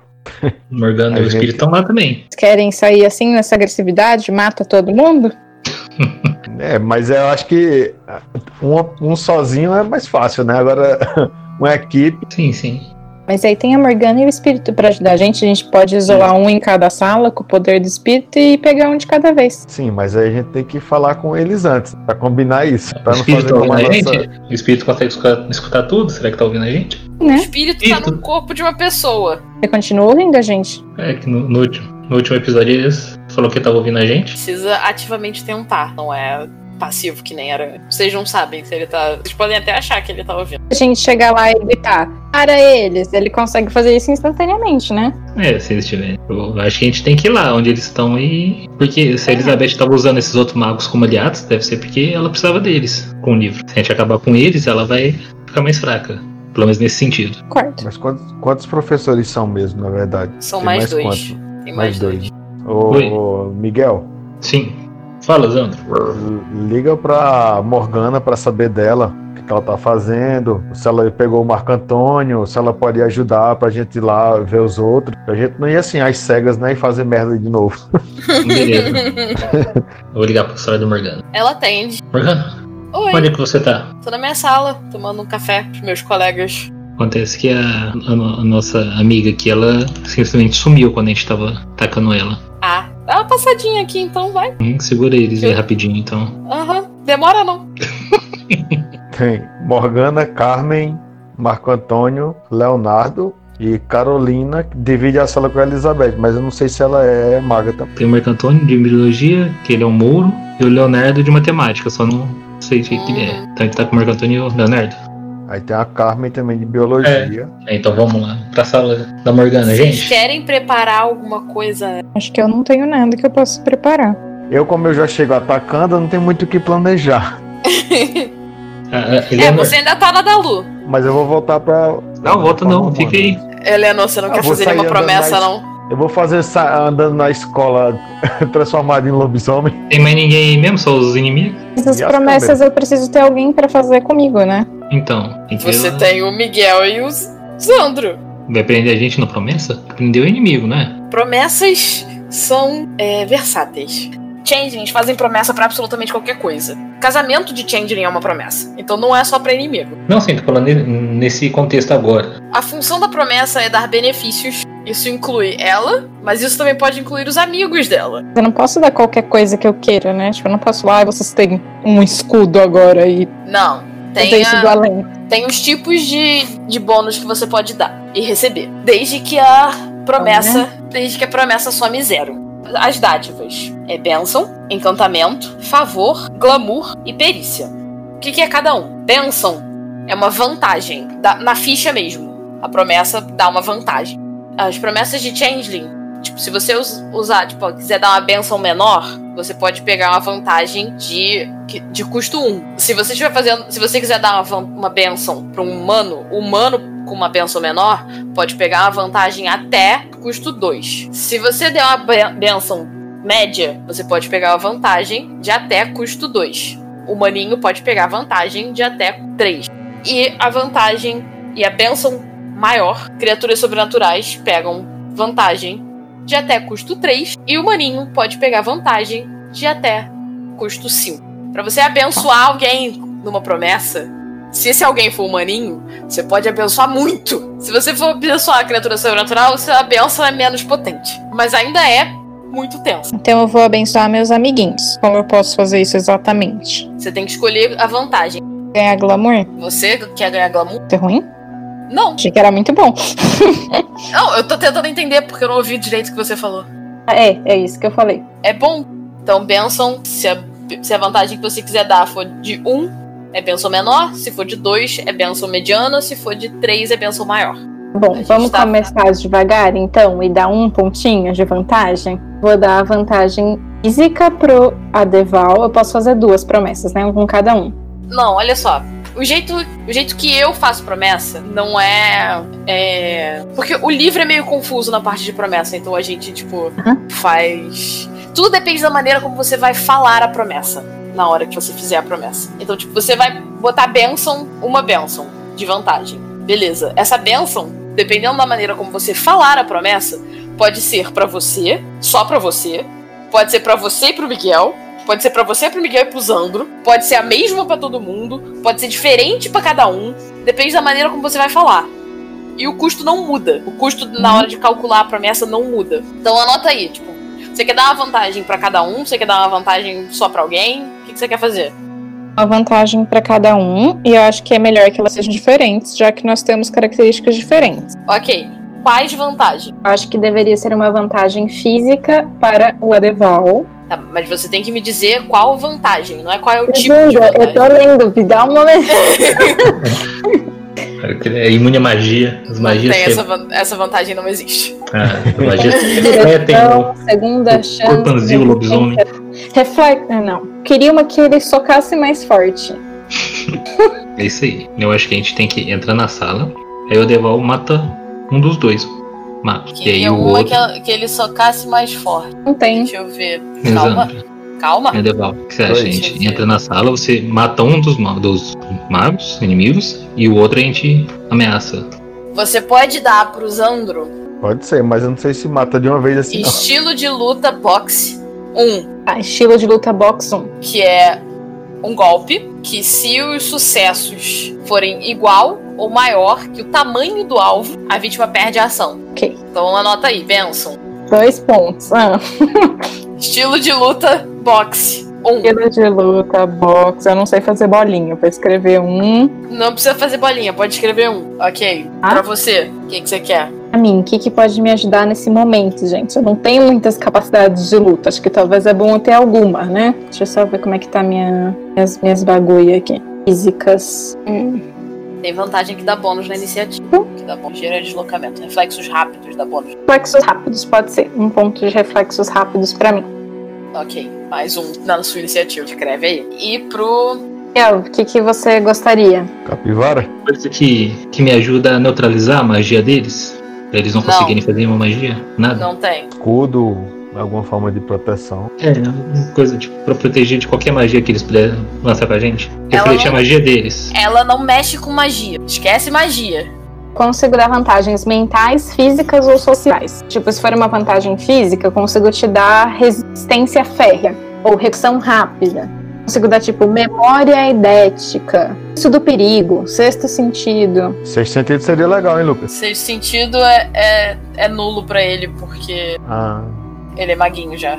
[SPEAKER 3] Morgana
[SPEAKER 2] A
[SPEAKER 3] e o
[SPEAKER 2] gente-
[SPEAKER 3] espírito estão lá também.
[SPEAKER 1] Vocês Querem sair assim nessa agressividade? Mata todo mundo?
[SPEAKER 2] É, mas eu acho que um, um sozinho é mais fácil, né? Agora, uma equipe.
[SPEAKER 3] Sim, sim.
[SPEAKER 1] Mas aí tem a Morgana e o espírito pra ajudar a gente. A gente pode isolar um em cada sala com o poder do espírito e pegar um de cada vez.
[SPEAKER 2] Sim, mas aí a gente tem que falar com eles antes, pra combinar isso.
[SPEAKER 3] O
[SPEAKER 2] Pra não
[SPEAKER 3] espírito
[SPEAKER 2] fazer
[SPEAKER 3] tá ouvindo
[SPEAKER 2] uma
[SPEAKER 3] a
[SPEAKER 2] lança.
[SPEAKER 3] gente? O espírito consegue escutar, escutar tudo? Será que tá ouvindo a gente?
[SPEAKER 4] o
[SPEAKER 1] Né?
[SPEAKER 4] espírito tá no corpo de uma pessoa.
[SPEAKER 1] Você continua ouvindo a gente?
[SPEAKER 3] É que no, no último, no último episódio eles falou que tava ouvindo tá a gente.
[SPEAKER 4] Precisa ativamente tentar, não é passivo, que nem era. Vocês não sabem se ele tá. Vocês podem até achar que ele tá ouvindo.
[SPEAKER 1] A gente chegar lá e gritar, para eles, ele consegue fazer isso instantaneamente, né?
[SPEAKER 3] É, se eles tiverem. Eu acho que a gente tem que ir lá onde eles estão e. Porque se a Elizabeth tava usando esses outros magos como aliados, deve ser porque ela precisava deles com o livro. Se a gente acabar com eles, ela vai ficar mais fraca. Pelo menos nesse sentido.
[SPEAKER 1] Corta.
[SPEAKER 2] Mas quantos, quantos professores são mesmo, na verdade?
[SPEAKER 4] São
[SPEAKER 2] Tem
[SPEAKER 4] mais,
[SPEAKER 2] mais
[SPEAKER 4] dois.
[SPEAKER 2] quanto?
[SPEAKER 4] Tem
[SPEAKER 2] Mais
[SPEAKER 4] mais,
[SPEAKER 2] dois.
[SPEAKER 4] dois.
[SPEAKER 3] Oi.
[SPEAKER 2] Ô, ô, Miguel,
[SPEAKER 3] Sim. Fala, Zandro.
[SPEAKER 2] l- liga pra Morgana pra saber dela, o que que ela tá fazendo, se ela pegou o Marco Antônio, se ela pode ajudar pra gente ir lá ver os outros. A gente não ia assim, às cegas, né, e fazer merda de novo.
[SPEAKER 3] Beleza. Eu Vou ligar pra história da Morgana.
[SPEAKER 4] Ela atende.
[SPEAKER 3] Morgana,
[SPEAKER 4] Oi,
[SPEAKER 3] onde é que você tá?
[SPEAKER 4] tô na minha sala, tomando um café com os meus colegas.
[SPEAKER 3] Acontece que a, a no- a nossa amiga aqui, ela simplesmente sumiu quando a gente tava atacando ela.
[SPEAKER 4] Ah, dá uma passadinha aqui então, vai.
[SPEAKER 3] Hum, segura eles aí
[SPEAKER 4] Eu-
[SPEAKER 3] rapidinho, então.
[SPEAKER 4] Aham, demora não.
[SPEAKER 2] Tem Morgana, Carmen, Marco Antônio, Leonardo e Carolina, que divide a sala com a Elizabeth, mas eu não sei se ela é maga também.
[SPEAKER 3] Tem o Marco Antônio de Biologia, que ele é um mouro, e o Leonardo de Matemática, só não sei o que, que ele é. Então a gente tá com o Marco Antônio e o Leonardo.
[SPEAKER 2] Aí tem a Carmen também de biologia.
[SPEAKER 3] É, então vamos lá, pra sala da Morgana,
[SPEAKER 4] Vocês
[SPEAKER 3] gente.
[SPEAKER 4] querem preparar alguma coisa? É,
[SPEAKER 1] Acho que eu não tenho nada que eu possa preparar.
[SPEAKER 2] Eu, como eu já chego atacando, eu não tenho muito o que planejar.
[SPEAKER 3] A- a
[SPEAKER 4] É,
[SPEAKER 3] Eleanor.
[SPEAKER 4] você ainda tá na da Lu.
[SPEAKER 2] Mas eu vou voltar pra.
[SPEAKER 3] Não, volta não, fica aí.
[SPEAKER 4] Eleanor, você não
[SPEAKER 2] Eu
[SPEAKER 4] quer
[SPEAKER 2] vou
[SPEAKER 4] fazer
[SPEAKER 2] sair
[SPEAKER 4] nenhuma
[SPEAKER 2] andando
[SPEAKER 4] promessa,
[SPEAKER 2] mais-
[SPEAKER 4] não?
[SPEAKER 2] Eu vou fazer sa- andando na escola transformado em lobisomem.
[SPEAKER 3] Tem mais ninguém aí mesmo, só os inimigos?
[SPEAKER 1] Essas
[SPEAKER 2] E as
[SPEAKER 1] promessas
[SPEAKER 2] cabeças?
[SPEAKER 1] eu preciso ter alguém pra fazer comigo, né?
[SPEAKER 3] Então, tem que
[SPEAKER 4] Você tá tem o Miguel e o Sandro.
[SPEAKER 3] Vai prender a gente na promessa? Prendeu o inimigo, né?
[SPEAKER 4] Promessas são é, versáteis. Changelings fazem promessa pra absolutamente qualquer coisa. Casamento de Changeling é uma promessa. Então não é só pra inimigo.
[SPEAKER 3] Não, sim, tô falando ne- nesse contexto agora.
[SPEAKER 4] A função da promessa é dar benefícios. Isso inclui ela, mas isso também pode incluir os amigos dela.
[SPEAKER 1] Eu não posso dar qualquer coisa que eu queira, né? Tipo, eu não posso lá, ah, vocês têm um escudo agora e
[SPEAKER 4] Não.
[SPEAKER 1] fazer
[SPEAKER 4] Tem,
[SPEAKER 1] Então isso
[SPEAKER 4] a-
[SPEAKER 1] do além.
[SPEAKER 4] tem os tipos de, de bônus que você pode dar e receber. Desde que a promessa. Desde que a promessa some zero. As dádivas é bênção, encantamento, favor, glamour e perícia. O que, que é cada um? Bênção é uma vantagem, da- na ficha mesmo. A promessa dá uma vantagem. As promessas de Changeling Tipo, se você us- usar, tipo, quiser dar uma benção menor, você pode pegar uma vantagem de, que- de custo 1. Se você estiver fazendo. Se você quiser dar uma, van- uma benção para um humano, o humano com uma benção menor pode pegar uma vantagem até custo 2. Se você der uma ben- benção média, você pode pegar uma vantagem de até custo 2. O maninho pode pegar vantagem de até 3. E a vantagem e a benção maior, criaturas sobrenaturais pegam vantagem de até custo 3 e o maninho pode pegar vantagem de até custo 5. Pra você abençoar alguém numa promessa, se esse alguém for o maninho, você pode abençoar muito. Se você for abençoar a criatura sobrenatural, sua benção é menos potente, mas ainda é muito tensa.
[SPEAKER 1] Então eu vou abençoar meus amiguinhos. Como eu posso fazer isso exatamente?
[SPEAKER 4] Você tem que escolher a vantagem.
[SPEAKER 1] Ganhar glamour?
[SPEAKER 4] Você quer ganhar glamour?
[SPEAKER 1] Isso é ruim?
[SPEAKER 4] Não.
[SPEAKER 1] Achei que era muito bom.
[SPEAKER 4] Não, eu tô tentando entender porque eu não ouvi direito o que você falou.
[SPEAKER 1] É, é isso que eu falei.
[SPEAKER 4] é bom. Então, benção, se a, se a vantagem que você quiser dar for de 1, é benção menor. Se for de 2, é benção mediana. Se for de 3, é benção maior. A
[SPEAKER 1] Bom,
[SPEAKER 4] gente
[SPEAKER 1] vamos
[SPEAKER 4] tá-
[SPEAKER 1] começar devagar então e dar um pontinho de vantagem. Vou dar a vantagem física pro Adeval. Eu posso fazer duas promessas, né? Um com cada um.
[SPEAKER 4] Não, olha só. O jeito, o jeito que eu faço promessa não é, é- Porque o livro é meio confuso na parte de promessa. Então a gente, tipo, faz. Tudo depende da maneira como você vai falar a promessa na hora que você fizer a promessa. Então, tipo, você vai botar benção, uma benção de vantagem. Beleza. Essa benção, dependendo da maneira como você falar a promessa, pode ser pra você, só pra você, pode ser pra você e pro Miguel, Pode ser pra você, pro Miguel e pro Zandro. Pode ser a mesma pra todo mundo. Pode ser diferente pra cada um. Depende da maneira como você vai falar. E o custo não muda. O custo na hora de calcular a promessa não muda. Então anota aí, tipo, você quer dar uma vantagem pra cada um? Você quer dar uma vantagem só pra alguém? O que, que você quer fazer?
[SPEAKER 1] Uma vantagem pra cada um. E eu acho que é melhor que elas sejam diferentes, já que nós temos características diferentes.
[SPEAKER 4] Ok. Quais vantagens?
[SPEAKER 1] Eu acho que deveria ser uma vantagem física para o Adeval
[SPEAKER 4] Tá, mas você tem que me dizer qual vantagem, não é qual é o tipo de
[SPEAKER 1] Juro, eu
[SPEAKER 4] vantagem.
[SPEAKER 1] tô lendo, me dá um momento.
[SPEAKER 3] É imune à magia. As
[SPEAKER 4] Não
[SPEAKER 3] magias
[SPEAKER 4] tem,
[SPEAKER 3] que...
[SPEAKER 4] essa, van- essa vantagem não existe.
[SPEAKER 3] Ah, as magias É,
[SPEAKER 1] Então.
[SPEAKER 4] É,
[SPEAKER 3] que refletem
[SPEAKER 1] Direção,
[SPEAKER 3] o
[SPEAKER 1] segunda chance.
[SPEAKER 3] corpanzil, o lobisomem.
[SPEAKER 1] Reflect. ah, Não. Queria uma que ele socasse mais forte.
[SPEAKER 3] É isso aí. Eu acho que a gente tem que entrar na sala. Aí o Deval mata um dos dois. Mata. E aí
[SPEAKER 4] Queria
[SPEAKER 3] é o
[SPEAKER 4] uma
[SPEAKER 3] outro.
[SPEAKER 4] que, ela- que ele socasse mais forte.
[SPEAKER 1] Não tem.
[SPEAKER 4] Deixa eu ver. Calma,
[SPEAKER 3] Exato.
[SPEAKER 4] calma.
[SPEAKER 3] É, Deval, o que você acha? A
[SPEAKER 2] Oi.
[SPEAKER 3] gente entra na sala, você mata um dos, ma- dos magos, inimigos, e o outro a gente ameaça.
[SPEAKER 4] Você pode dar pro Zandro
[SPEAKER 2] Pode ser, mas eu não sei se mata de uma vez assim. não.
[SPEAKER 4] estilo de luta boxe 1,
[SPEAKER 1] Ah, estilo de luta box 1.
[SPEAKER 4] que é um golpe que se os sucessos forem igual ou maior que o tamanho do alvo, a vítima perde a ação.
[SPEAKER 1] Ok.
[SPEAKER 4] Então anota aí, Benson.
[SPEAKER 1] Dois pontos. Ah,
[SPEAKER 4] Estilo de luta boxe 1.
[SPEAKER 1] estilo de luta box. Eu não sei fazer bolinha. Pra escrever um.
[SPEAKER 4] Não precisa fazer bolinha, pode escrever um. Ok.
[SPEAKER 1] Ah.
[SPEAKER 4] Pra você, o que, que você quer?
[SPEAKER 1] A mim, o que, que pode me ajudar nesse momento, gente? Eu não tenho muitas capacidades de luta. Acho que talvez é bom eu ter alguma, né? Deixa eu só ver como é que tá minha, minhas, minhas bagulho aqui. Físicas. Hum.
[SPEAKER 4] Tem vantagem que dá bônus na iniciativa.
[SPEAKER 1] Então?
[SPEAKER 4] Que dá bônus. Gera deslocamento. Reflexos rápidos dá bônus.
[SPEAKER 1] Reflexos rápidos, pode ser. Um ponto de reflexos rápidos pra mim.
[SPEAKER 4] Ok. Mais um na sua iniciativa. Escreve aí. E pro.
[SPEAKER 1] Miguel, o que, que você gostaria?
[SPEAKER 2] Capivara?
[SPEAKER 3] Coisa que, que me ajuda a neutralizar a magia deles. Pra eles não,
[SPEAKER 4] Não.
[SPEAKER 3] conseguirem fazer uma magia? Nada?
[SPEAKER 4] Não tem.
[SPEAKER 2] Escudo, alguma forma de proteção.
[SPEAKER 3] É, uma coisa tipo, pra proteger de qualquer magia que eles puderem lançar pra gente.
[SPEAKER 4] Ela não-
[SPEAKER 3] Refletir
[SPEAKER 4] é
[SPEAKER 3] a magia deles.
[SPEAKER 4] Ela não mexe com magia. Esquece magia.
[SPEAKER 1] Consigo dar vantagens mentais, físicas ou sociais. Tipo, se for uma vantagem física, eu consigo te dar resistência férrea ou redução rápida. Consigo dar, tipo, memória idética, isso do perigo, sexto sentido.
[SPEAKER 2] Sexto sentido seria legal, hein, Lucas?
[SPEAKER 4] Sexto sentido é, é, é nulo pra ele, porque
[SPEAKER 2] Ah,
[SPEAKER 4] ele é maguinho já.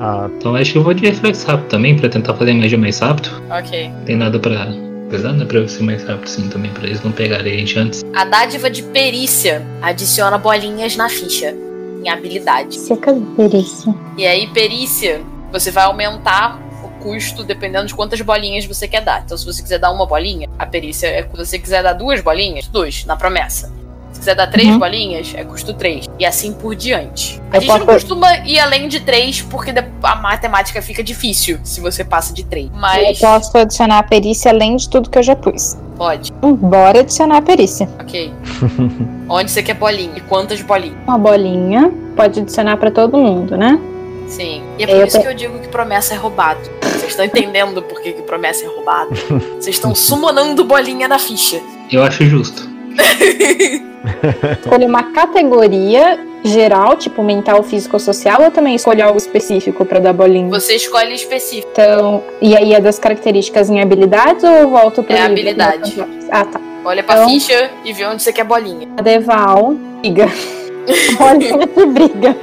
[SPEAKER 2] ah,
[SPEAKER 3] Então acho que eu vou de reflexo rápido também, pra tentar fazer a magia mais rápido.
[SPEAKER 4] Ok.
[SPEAKER 3] Não Tem nada pra. Apesar não é pra eu ser mais rápido sim também, pra eles não pegarem a gente antes.
[SPEAKER 4] A dádiva de perícia adiciona bolinhas na ficha. Em habilidade.
[SPEAKER 1] Seca delícia.
[SPEAKER 4] E aí, perícia, você vai aumentar o custo dependendo de quantas bolinhas você quer dar. Então, se você quiser dar uma bolinha, a perícia é se você quiser dar duas bolinhas, dois, na promessa. Se quiser dar três
[SPEAKER 1] Uhum.
[SPEAKER 4] bolinhas, é custo três. E assim por diante. A
[SPEAKER 1] Eu
[SPEAKER 4] gente não
[SPEAKER 1] posso-
[SPEAKER 4] costuma ir além de três, porque de- a matemática fica difícil se você passa de três. Mas
[SPEAKER 1] Eu posso adicionar a perícia além de tudo que eu já pus.
[SPEAKER 4] pode,
[SPEAKER 1] Então, bora adicionar a perícia.
[SPEAKER 4] ok. Onde você quer bolinha? E quantas bolinhas?
[SPEAKER 1] Uma bolinha, pode adicionar pra todo mundo, né?
[SPEAKER 4] Sim. E é por
[SPEAKER 1] Eu
[SPEAKER 4] isso
[SPEAKER 1] pe-
[SPEAKER 4] que eu digo que promessa é roubado. Vocês estão entendendo por que, que promessa é roubado? Vocês estão sumonando bolinha na ficha.
[SPEAKER 3] Eu acho justo.
[SPEAKER 1] Escolher uma categoria geral, tipo mental, físico ou social, ou também escolher algo específico pra dar bolinha?
[SPEAKER 4] Você escolhe específico.
[SPEAKER 1] Então, e aí é das características em habilidades ou eu volto pro
[SPEAKER 4] É
[SPEAKER 1] livro?
[SPEAKER 4] habilidade.
[SPEAKER 1] Ah, tá.
[SPEAKER 4] Olha pra
[SPEAKER 1] Então-
[SPEAKER 4] ficha e vê onde você quer bolinha.
[SPEAKER 1] A Deval briga. Bolinha de briga.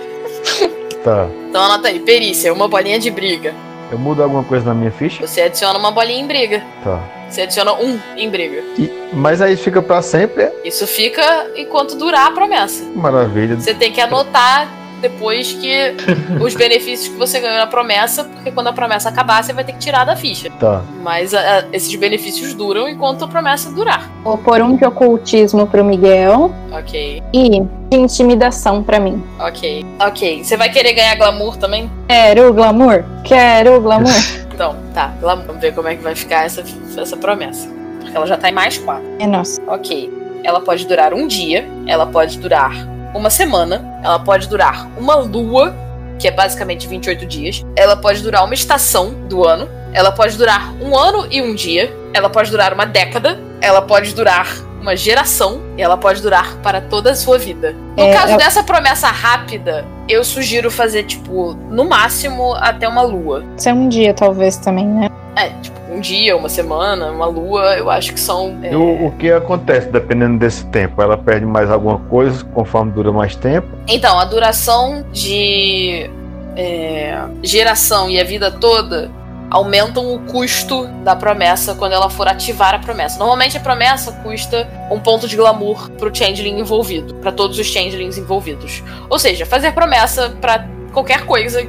[SPEAKER 2] tá.
[SPEAKER 4] Então anota aí, perícia, uma bolinha de briga.
[SPEAKER 2] Eu mudo alguma coisa na minha ficha?
[SPEAKER 4] Você adiciona uma bolinha em briga.
[SPEAKER 2] Tá.
[SPEAKER 4] Você adiciona um em briga.
[SPEAKER 2] E- mas aí fica pra sempre? é?
[SPEAKER 4] Isso fica enquanto durar a promessa.
[SPEAKER 2] Maravilha.
[SPEAKER 4] Você tem que anotar depois que os benefícios que você ganhou na promessa, porque quando a promessa acabar, você vai ter que tirar da ficha.
[SPEAKER 2] Tá.
[SPEAKER 4] Mas a- a- esses benefícios duram enquanto a promessa durar.
[SPEAKER 1] Vou pôr um de ocultismo pro Miguel
[SPEAKER 4] Ok,
[SPEAKER 1] e de intimidação pra mim.
[SPEAKER 4] ok, ok. Você vai querer ganhar glamour também?
[SPEAKER 1] Quero o glamour? Quero o glamour?
[SPEAKER 4] Então, tá. Glamour. Vamos ver como é que vai ficar essa, essa promessa. Porque ela já tá em mais quatro.
[SPEAKER 1] É nosso.
[SPEAKER 4] Ok. Ela pode durar um dia, ela pode durar uma semana, ela pode durar uma lua, que é basicamente 28 dias, ela pode durar uma estação do ano, ela pode durar um ano e um dia, ela pode durar uma década, ela pode durar uma geração e ela pode durar para toda a sua vida. No
[SPEAKER 1] É,
[SPEAKER 4] caso
[SPEAKER 1] eu-
[SPEAKER 4] dessa promessa rápida, eu sugiro fazer, tipo, no máximo até uma lua.
[SPEAKER 1] Isso é um dia, talvez, também, né?
[SPEAKER 4] É, tipo, um dia, uma semana, uma lua, eu acho que são. é,
[SPEAKER 2] E o, o que acontece dependendo desse tempo? Ela perde mais alguma coisa conforme dura mais tempo?
[SPEAKER 4] Então, a duração de é, geração e a vida toda aumentam o custo da promessa quando ela for ativar a promessa. Normalmente a promessa custa um ponto de glamour pro changeling envolvido, pra todos os changelings envolvidos. Ou seja, fazer promessa pra qualquer coisa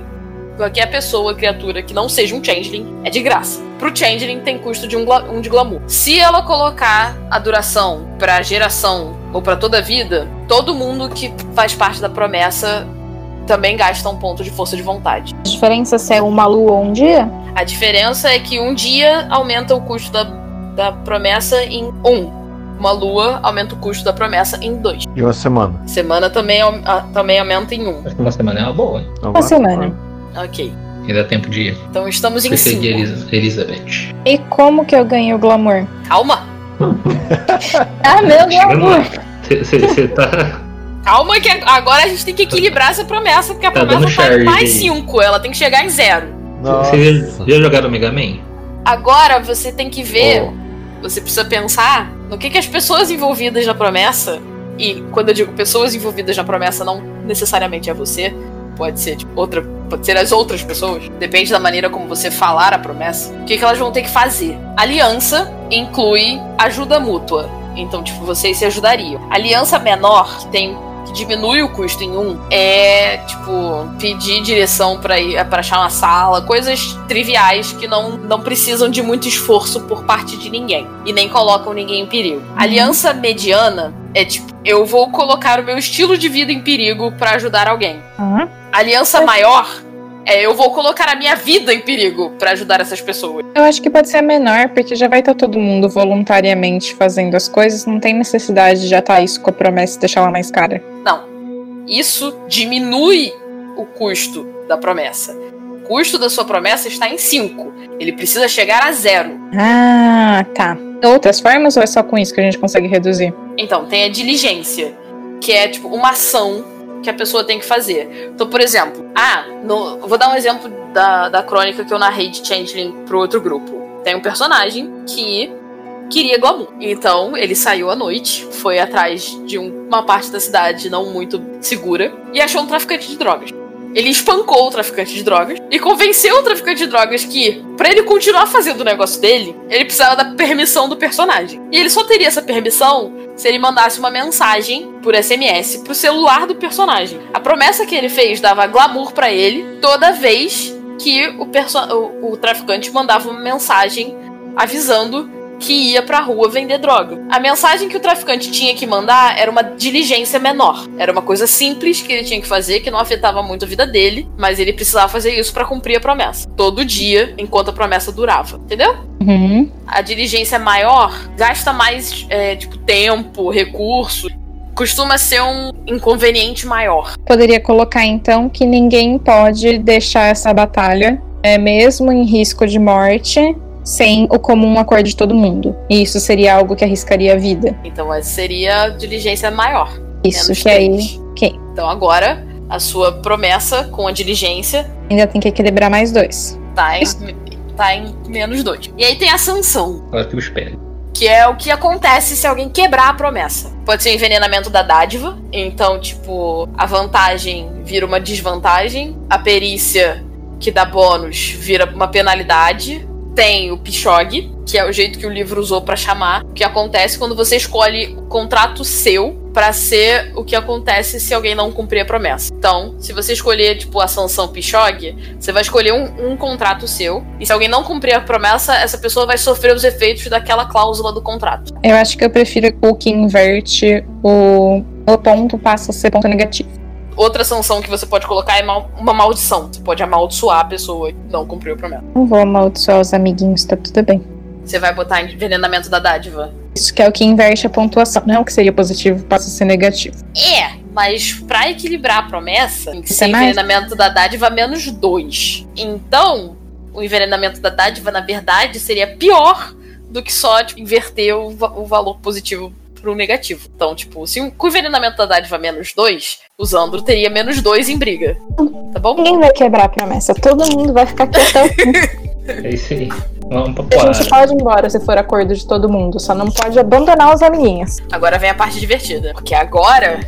[SPEAKER 4] Qualquer pessoa, criatura que não seja um changeling é de graça. Pro changeling tem custo de um, gla- um de glamour. Se ela colocar a duração pra geração ou pra toda a vida, todo mundo que faz parte da promessa também gasta um ponto de força de vontade.
[SPEAKER 1] A diferença se é uma lua ou um dia?
[SPEAKER 4] A diferença é que um dia aumenta o custo da, da promessa em um. Uma lua aumenta o custo da promessa em dois.
[SPEAKER 2] E uma semana.
[SPEAKER 4] Semana também, au- a- também aumenta em um.
[SPEAKER 3] Acho que uma semana é uma boa, hein?
[SPEAKER 2] Então,
[SPEAKER 1] Uma
[SPEAKER 2] vai.
[SPEAKER 1] semana.
[SPEAKER 4] Ok.
[SPEAKER 3] Ainda dá tempo de ir.
[SPEAKER 4] Então estamos em
[SPEAKER 3] perseguir
[SPEAKER 4] cinco.
[SPEAKER 3] Elis- Elizabeth.
[SPEAKER 1] E como que eu ganhei o glamour?
[SPEAKER 4] Calma!
[SPEAKER 1] Ah, meu
[SPEAKER 3] Chegando lá.
[SPEAKER 1] glamour!
[SPEAKER 3] Você tá.
[SPEAKER 4] Calma que agora a gente tem que equilibrar essa promessa, porque a
[SPEAKER 3] Tá dando
[SPEAKER 4] promessa tá
[SPEAKER 3] charge
[SPEAKER 4] em mais
[SPEAKER 3] aí.
[SPEAKER 4] cinco. Ela tem que chegar em zero.
[SPEAKER 2] Nossa.
[SPEAKER 3] Vocês já jogaram Mega Man?
[SPEAKER 4] Agora você tem que ver,
[SPEAKER 2] Oh,
[SPEAKER 4] você precisa pensar no que, que as pessoas envolvidas na promessa, e quando eu digo pessoas envolvidas na promessa, não necessariamente é você, pode ser tipo, outra. Pode ser as outras pessoas. Depende da maneira como você falar a promessa. O que, que elas vão ter que fazer? Aliança inclui ajuda mútua. Então, tipo, vocês se ajudariam. Aliança menor, que tem. que diminui o custo em um, é, tipo, pedir direção pra ir pra achar uma sala, coisas triviais que não, não precisam de muito esforço por parte de ninguém. E nem colocam ninguém em perigo. Aliança mediana é tipo, eu vou colocar o meu estilo de vida em perigo pra ajudar alguém.
[SPEAKER 1] Ah,
[SPEAKER 4] Aliança maior é eu vou colocar a minha vida em perigo pra ajudar essas pessoas.
[SPEAKER 1] Eu acho que pode ser a menor, porque já vai estar todo mundo voluntariamente fazendo as coisas, não tem necessidade de atar isso com a promessa e deixar ela mais cara.
[SPEAKER 4] Não. Isso diminui o custo da promessa. O custo da sua promessa está em 5. Ele precisa chegar a zero.
[SPEAKER 1] Ah, tá. Outras formas ou é só com isso que a gente consegue reduzir?
[SPEAKER 4] Então, tem a diligência, que é tipo uma ação que a pessoa tem que fazer. Então, por exemplo, ah, no- eu vou dar um exemplo da, da crônica que eu narrei de Changeling pro outro grupo. Tem um personagem que queria glamour. Então, ele saiu à noite, foi atrás de um- uma parte da cidade não muito segura e achou um traficante de drogas. Ele espancou o traficante de drogas e convenceu o traficante de drogas que, pra ele continuar fazendo o negócio dele, ele precisava da permissão do personagem. E ele só teria essa permissão se ele mandasse uma mensagem por SMS pro celular do personagem. A promessa que ele fez dava glamour pra ele toda vez que o, perso- o- o traficante mandava uma mensagem avisando que ia pra rua vender droga. A mensagem que o traficante tinha que mandar era uma diligência menor. Era uma coisa simples que ele tinha que fazer, que não afetava muito a vida dele, mas ele precisava fazer isso pra cumprir a promessa. Todo dia, enquanto a promessa durava. Entendeu?
[SPEAKER 1] Uhum.
[SPEAKER 4] a diligência é maior gasta mais é, tipo tempo, recurso, costuma ser um inconveniente maior.
[SPEAKER 1] Poderia colocar então que ninguém pode deixar essa batalha, é, mesmo em risco de morte, sem o comum acordo de todo mundo. E isso seria algo que arriscaria a vida.
[SPEAKER 4] Então essa seria a diligência maior.
[SPEAKER 1] Isso
[SPEAKER 4] menos
[SPEAKER 1] que é aí
[SPEAKER 4] três.
[SPEAKER 1] ok.
[SPEAKER 4] Então agora a sua promessa com a diligência
[SPEAKER 1] ainda tem que equilibrar mais dois.
[SPEAKER 4] tá em, tá em menos dois. E aí tem a sanção.
[SPEAKER 3] Agora que eu espero.
[SPEAKER 4] Que é o que acontece se alguém quebrar a promessa. Pode ser o envenenamento da dádiva. Então, tipo, a vantagem vira uma desvantagem. A perícia, que dá bônus, vira uma penalidade. Tem o Pichogue, que é o jeito que o livro usou pra chamar. O que acontece quando você escolhe o contrato seu pra ser o que acontece se alguém não cumprir a promessa. Então, se você escolher, tipo, a sanção Pichogue, você vai escolher um, um contrato seu, e se alguém não cumprir a promessa, essa pessoa vai sofrer os efeitos daquela cláusula do contrato.
[SPEAKER 1] Eu acho que eu prefiro o que inverte o, o ponto passa a ser ponto negativo.
[SPEAKER 4] Outra sanção que você pode colocar é mal- uma maldição. Você pode amaldiçoar a pessoa que não cumpriu a promessa.
[SPEAKER 1] Não vou amaldiçoar os amiguinhos, tá tudo bem.
[SPEAKER 4] Você vai botar envenenamento da dádiva.
[SPEAKER 1] Isso que é o que inverte a pontuação. Não é o que seria positivo, passa a ser negativo.
[SPEAKER 4] É, mas pra equilibrar a promessa, tem que
[SPEAKER 1] Isso
[SPEAKER 4] ser
[SPEAKER 1] é mais?
[SPEAKER 4] envenenamento da dádiva menos dois. Então, o envenenamento da dádiva, na verdade, seria pior do que só tipo, inverter o, va- o valor positivo pro negativo. Então, tipo, se um, com o envenenamento da dádiva menos dois, o Zandro teria menos dois em briga. Tá bom?
[SPEAKER 1] Ninguém vai quebrar a promessa, todo mundo vai ficar quietão.
[SPEAKER 3] É isso aí. Vamos pra
[SPEAKER 1] a gente
[SPEAKER 3] Poara.
[SPEAKER 1] pode ir embora se for acordo de todo mundo, só não pode abandonar os amiguinhos.
[SPEAKER 4] Agora vem a parte divertida. Porque agora.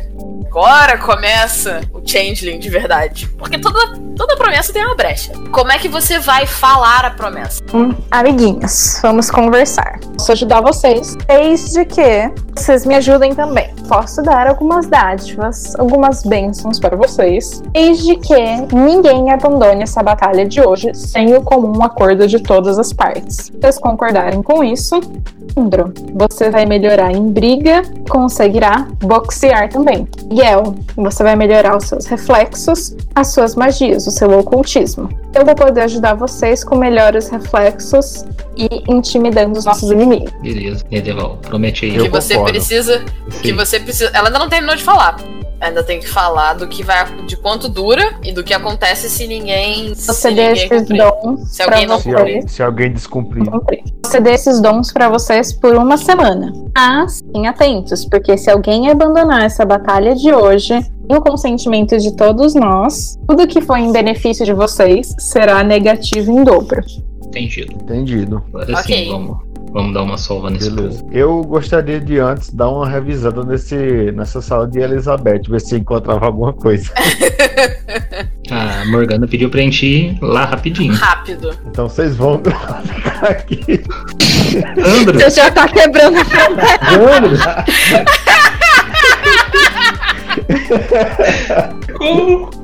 [SPEAKER 4] Agora começa o changeling de verdade. Porque toda, toda promessa tem uma brecha. Como é que você vai falar a promessa?
[SPEAKER 5] Hum, Amiguinhos, vamos conversar.
[SPEAKER 1] Posso ajudar vocês.
[SPEAKER 5] Desde que vocês me ajudem também. Posso dar algumas dádivas, algumas bênçãos para vocês. Desde que ninguém abandone essa batalha de hoje sem o comum acordo de todas as partes. Se vocês concordarem com isso, Andro, você vai melhorar em briga, conseguirá boxear também. Yel, você vai melhorar os seus reflexos, as suas magias, o seu ocultismo. Eu vou poder ajudar vocês com melhores reflexos e intimidando os nossos inimigos.
[SPEAKER 3] Beleza, Nedeval, promete aí.
[SPEAKER 4] que
[SPEAKER 2] Eu
[SPEAKER 4] você
[SPEAKER 2] concordo.
[SPEAKER 4] precisa. Que
[SPEAKER 3] Sim.
[SPEAKER 4] você precisa. Ela ainda não terminou de falar. Ainda tem que falar do que vai. de quanto dura e do que acontece se ninguém.
[SPEAKER 5] Você
[SPEAKER 4] se
[SPEAKER 5] dê
[SPEAKER 4] ninguém
[SPEAKER 5] esses
[SPEAKER 4] cumprir.
[SPEAKER 5] dons
[SPEAKER 4] Se
[SPEAKER 5] pra
[SPEAKER 4] alguém não
[SPEAKER 2] Se,
[SPEAKER 5] vocês.
[SPEAKER 2] al- se alguém descumprir.
[SPEAKER 5] cumprir. Você dê esses dons pra vocês por uma semana. Mas fiquem atentos, porque se alguém abandonar essa batalha de hoje e o consentimento de todos nós, tudo que foi em benefício de vocês será negativo em dobro.
[SPEAKER 3] Entendido.
[SPEAKER 2] Entendido.
[SPEAKER 3] Agora
[SPEAKER 4] Ok.
[SPEAKER 3] sim, vamos, vamos dar uma salva nesse
[SPEAKER 2] Beleza.
[SPEAKER 3] povo.
[SPEAKER 2] Eu gostaria de antes dar uma revisada nesse, nessa sala de Elizabeth, ver se encontrava alguma coisa.
[SPEAKER 3] A Ah, Morgana pediu pra gente ir lá rapidinho.
[SPEAKER 4] Rápido.
[SPEAKER 2] Então vocês vão ficar aqui.
[SPEAKER 3] Andro,
[SPEAKER 1] Você já tá quebrando a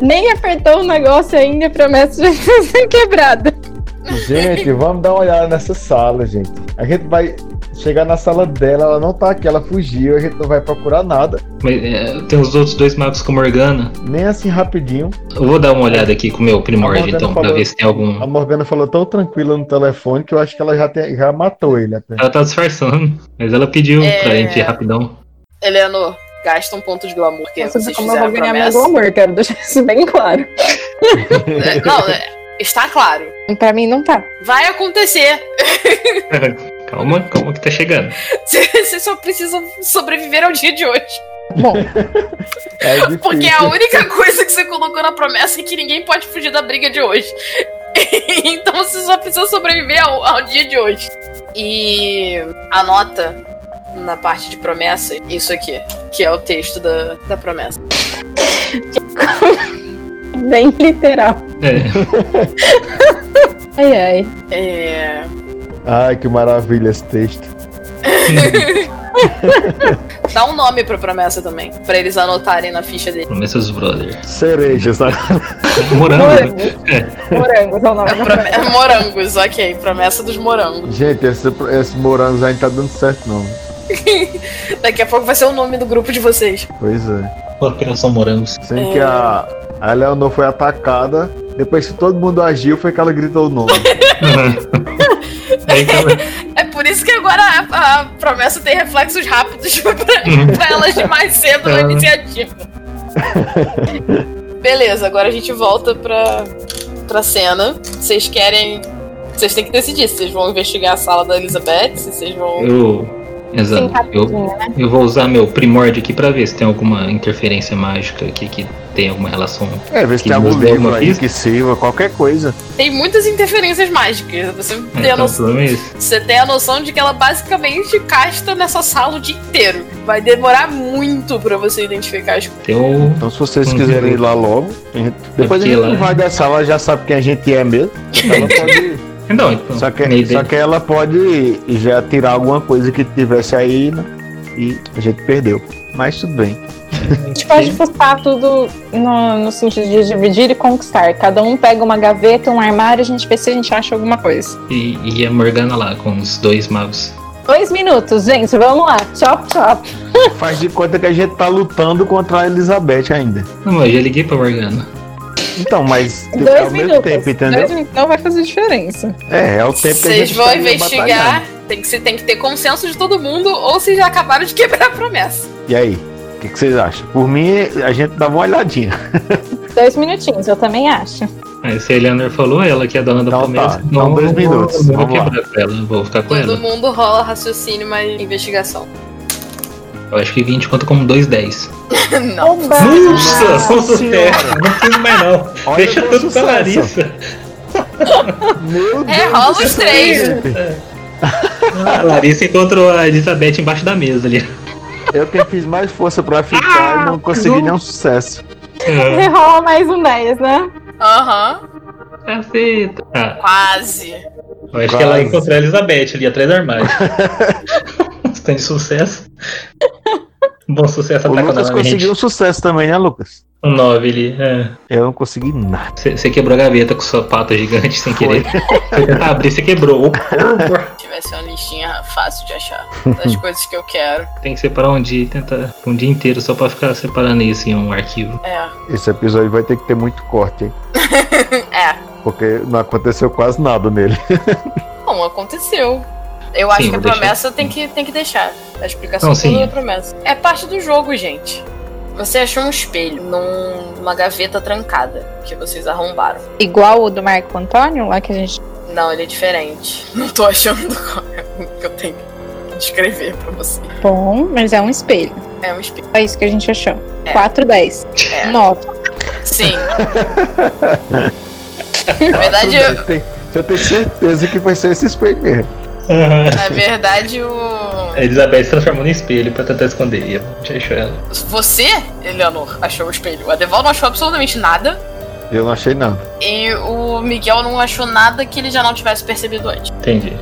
[SPEAKER 1] Nem apertou o negócio ainda e a promessa já
[SPEAKER 5] tá
[SPEAKER 1] está sendo quebrada.
[SPEAKER 2] Gente, vamos dar uma olhada nessa sala, gente. A gente vai chegar na sala dela, ela não tá aqui, ela fugiu, a gente não vai procurar nada,
[SPEAKER 3] mas, é, tem os outros dois magos com Morgana.
[SPEAKER 2] nem assim rapidinho.
[SPEAKER 3] Eu vou dar uma olhada aqui com o meu
[SPEAKER 2] A
[SPEAKER 3] primórdio,
[SPEAKER 2] Morgana
[SPEAKER 3] então, pra
[SPEAKER 2] falou-
[SPEAKER 3] ver se tem algum.
[SPEAKER 2] A Morgana falou tão tranquila no telefone que eu acho que ela já, tem- já matou ele até.
[SPEAKER 3] Ela tá disfarçando, mas ela pediu
[SPEAKER 4] É.
[SPEAKER 3] pra gente ir rapidão.
[SPEAKER 4] Eleanor, gasta um ponto de glamour. Porque
[SPEAKER 1] Nossa,
[SPEAKER 4] vocês
[SPEAKER 1] como eu vou ganhar
[SPEAKER 4] fizeram
[SPEAKER 1] meu
[SPEAKER 4] promessa.
[SPEAKER 1] glamour, quero deixar isso bem claro.
[SPEAKER 4] É, Não, é, está claro.
[SPEAKER 1] Pra mim não tá.
[SPEAKER 4] Vai acontecer.
[SPEAKER 3] Calma, calma que tá chegando.
[SPEAKER 4] Vocês só precisam sobreviver ao dia de hoje.
[SPEAKER 2] É difícil.
[SPEAKER 4] Porque a única coisa que você colocou na promessa é que ninguém pode fugir da briga de hoje. então você só precisa sobreviver ao, ao dia de hoje. E anota na parte de promessa isso aqui, que é o texto da, da promessa.
[SPEAKER 1] Bem literal.
[SPEAKER 3] É,
[SPEAKER 1] Ai, ai.
[SPEAKER 4] É,
[SPEAKER 2] Ai, que maravilha esse texto.
[SPEAKER 4] dá um nome pra promessa também, pra eles anotarem na ficha dele.
[SPEAKER 3] promessas brother.
[SPEAKER 2] Cereja, sabe?
[SPEAKER 3] Morango. né?
[SPEAKER 1] Morangos é o nome
[SPEAKER 4] É
[SPEAKER 1] da
[SPEAKER 4] prome- é morangos, ok, promessa dos morangos.
[SPEAKER 2] Gente, esse, esse morango já não tá dando certo, não.
[SPEAKER 4] Daqui a pouco vai ser o nome do grupo de vocês.
[SPEAKER 2] Pois é.
[SPEAKER 3] Operação Morangos.
[SPEAKER 2] Sendo que a, a Leonor foi atacada, depois que todo mundo agiu, foi que ela gritou o nome.
[SPEAKER 3] Aí que ela-
[SPEAKER 4] É por isso que agora a, a promessa tem reflexos rápidos pra, pra elas de mais cedo
[SPEAKER 2] Ah.
[SPEAKER 4] na
[SPEAKER 3] É.
[SPEAKER 4] iniciativa. Beleza, agora a gente volta pra, pra cena. Vocês querem. Vocês têm que decidir se vocês vão investigar a sala da Elizabeth, se vocês vão.
[SPEAKER 3] Eu. Exato.
[SPEAKER 4] né?
[SPEAKER 3] Eu,
[SPEAKER 5] rapidinho,
[SPEAKER 3] eu vou usar meu primórdio aqui pra ver se tem alguma interferência mágica aqui que tem alguma relação.
[SPEAKER 2] É, vê se
[SPEAKER 3] Que
[SPEAKER 2] tem algum
[SPEAKER 3] nos deu
[SPEAKER 2] livro
[SPEAKER 3] uma
[SPEAKER 2] aí
[SPEAKER 3] pista?
[SPEAKER 2] que sirva, qualquer coisa.
[SPEAKER 4] Tem muitas interferências mágicas. Você tem, a
[SPEAKER 3] Então,
[SPEAKER 4] noção,
[SPEAKER 3] problema é esse.
[SPEAKER 4] você tem a noção de que ela basicamente casta nessa sala o dia inteiro. Vai demorar muito pra você identificar as coisas.
[SPEAKER 3] Tem o.
[SPEAKER 2] Então se vocês
[SPEAKER 3] Uhum.
[SPEAKER 2] quiserem ir lá logo, a gente- depois a
[SPEAKER 3] porque
[SPEAKER 2] gente
[SPEAKER 3] lá-
[SPEAKER 2] não vai da sala, já sabe quem a gente é mesmo. Ela pode-
[SPEAKER 3] Não, então.
[SPEAKER 2] só,
[SPEAKER 3] minha
[SPEAKER 2] que,
[SPEAKER 3] ideia-
[SPEAKER 2] só que ela pode já tirar alguma coisa que tivesse aí né? e a gente perdeu. Mas tudo bem.
[SPEAKER 1] gente pode fuçar tudo no, no sentido de dividir e conquistar. Cada um pega uma gaveta, um armário, a gente vê se a gente acha alguma coisa.
[SPEAKER 3] E, e a Morgana lá com os dois magos.
[SPEAKER 1] Dois minutos, gente, vamos lá. Chop, chop.
[SPEAKER 2] Faz de conta que a gente tá lutando contra a Elizabeth ainda.
[SPEAKER 3] Não, mas eu já liguei pra Morgana.
[SPEAKER 2] Então, mas tipo, é
[SPEAKER 1] Dois
[SPEAKER 2] ao mesmo
[SPEAKER 1] minutos.
[SPEAKER 2] tempo, entendeu?
[SPEAKER 1] Dois minutos não vai fazer diferença.
[SPEAKER 2] É, é o tempo que a
[SPEAKER 4] Vocês
[SPEAKER 2] gente
[SPEAKER 4] vão
[SPEAKER 2] tá
[SPEAKER 4] investigar.
[SPEAKER 2] batalhando.
[SPEAKER 4] Tem que, se- tem que ter consenso de todo mundo, ou vocês já acabaram de quebrar a promessa.
[SPEAKER 2] E aí? O que, que vocês acham? Por mim, a gente dava uma olhadinha.
[SPEAKER 1] Dois minutinhos, eu também acho.
[SPEAKER 3] Aí se a Eleanor falou, ela que é a dona da
[SPEAKER 2] Então
[SPEAKER 3] promessa.
[SPEAKER 2] tá, então dois
[SPEAKER 3] eu vou-
[SPEAKER 2] minutos,
[SPEAKER 3] eu Não vou
[SPEAKER 2] vamos lá.
[SPEAKER 3] quebrar pra ela, eu vou ficar com
[SPEAKER 4] Todo
[SPEAKER 3] ela.
[SPEAKER 4] mundo rola raciocínio, mas investigação.
[SPEAKER 3] Eu acho que 20 conta como 2,10.
[SPEAKER 4] Não.
[SPEAKER 3] Nossa,
[SPEAKER 2] Nossa
[SPEAKER 3] sou sucesso. Não preciso mais não.
[SPEAKER 2] Olha
[SPEAKER 3] Deixa
[SPEAKER 2] meu
[SPEAKER 3] tudo pra
[SPEAKER 2] sucesso.
[SPEAKER 3] Larissa.
[SPEAKER 2] Meu Deus
[SPEAKER 4] É, rola os três.
[SPEAKER 3] A Larissa encontrou a Elizabeth embaixo da mesa ali.
[SPEAKER 2] Eu que fiz mais força pra ficar e não consegui nenhum sucesso.
[SPEAKER 3] É,
[SPEAKER 1] Rola mais um 10, né?
[SPEAKER 4] Aham.
[SPEAKER 3] Caceta. Ah,
[SPEAKER 4] Quase.
[SPEAKER 3] eu acho que ela
[SPEAKER 2] Quase.
[SPEAKER 3] encontrou a Elizabeth ali atrás do armário. Tem sucesso. Bom sucesso
[SPEAKER 2] O
[SPEAKER 3] ataca
[SPEAKER 2] Lucas conseguiu um sucesso também, né, Lucas?
[SPEAKER 3] Um 9 ali.
[SPEAKER 2] Eu não consegui nada.
[SPEAKER 3] Você quebrou a gaveta com sua pata gigante sem
[SPEAKER 2] Foi.
[SPEAKER 3] querer. Você tentar abrir, você quebrou.
[SPEAKER 4] Se tivesse uma listinha fácil de achar
[SPEAKER 3] Uhum.
[SPEAKER 4] das coisas que eu quero.
[SPEAKER 3] Tem que separar um dia e tentar um dia inteiro só pra ficar separando isso em um arquivo.
[SPEAKER 4] É.
[SPEAKER 2] Esse episódio vai ter que ter muito corte, hein?
[SPEAKER 4] É.
[SPEAKER 2] Porque não aconteceu quase nada nele.
[SPEAKER 4] Bom, aconteceu. Eu acho
[SPEAKER 3] Sim,
[SPEAKER 4] que a
[SPEAKER 3] vou deixar.
[SPEAKER 4] promessa tem que, tem que deixar. A explicação
[SPEAKER 3] Não,
[SPEAKER 4] toda
[SPEAKER 3] sim.
[SPEAKER 4] da promessa. É parte do jogo, gente. Você achou um espelho num- numa gaveta trancada que vocês arrombaram.
[SPEAKER 1] Igual o do Marco Antônio, lá que a gente.
[SPEAKER 4] Não, ele é diferente. Não tô achando qual é o que eu tenho que descrever pra você.
[SPEAKER 1] Bom, mas é um espelho.
[SPEAKER 4] É um espelho.
[SPEAKER 1] É isso que a gente achou.
[SPEAKER 4] É.
[SPEAKER 1] 4, 10.
[SPEAKER 4] É.
[SPEAKER 1] 9.
[SPEAKER 4] Sim. Na verdade, eu-
[SPEAKER 2] Você tem, você tem certeza que vai ser esse espelho mesmo.
[SPEAKER 4] na verdade, o.
[SPEAKER 3] A Elizabeth se transformou no espelho pra tentar esconder. E eu deixo ela.
[SPEAKER 4] Você, Eleanor, achou o espelho. O Adeval não achou absolutamente nada.
[SPEAKER 2] Eu não achei nada.
[SPEAKER 4] E o Miguel não achou nada que ele já não tivesse percebido antes.
[SPEAKER 3] Entendi.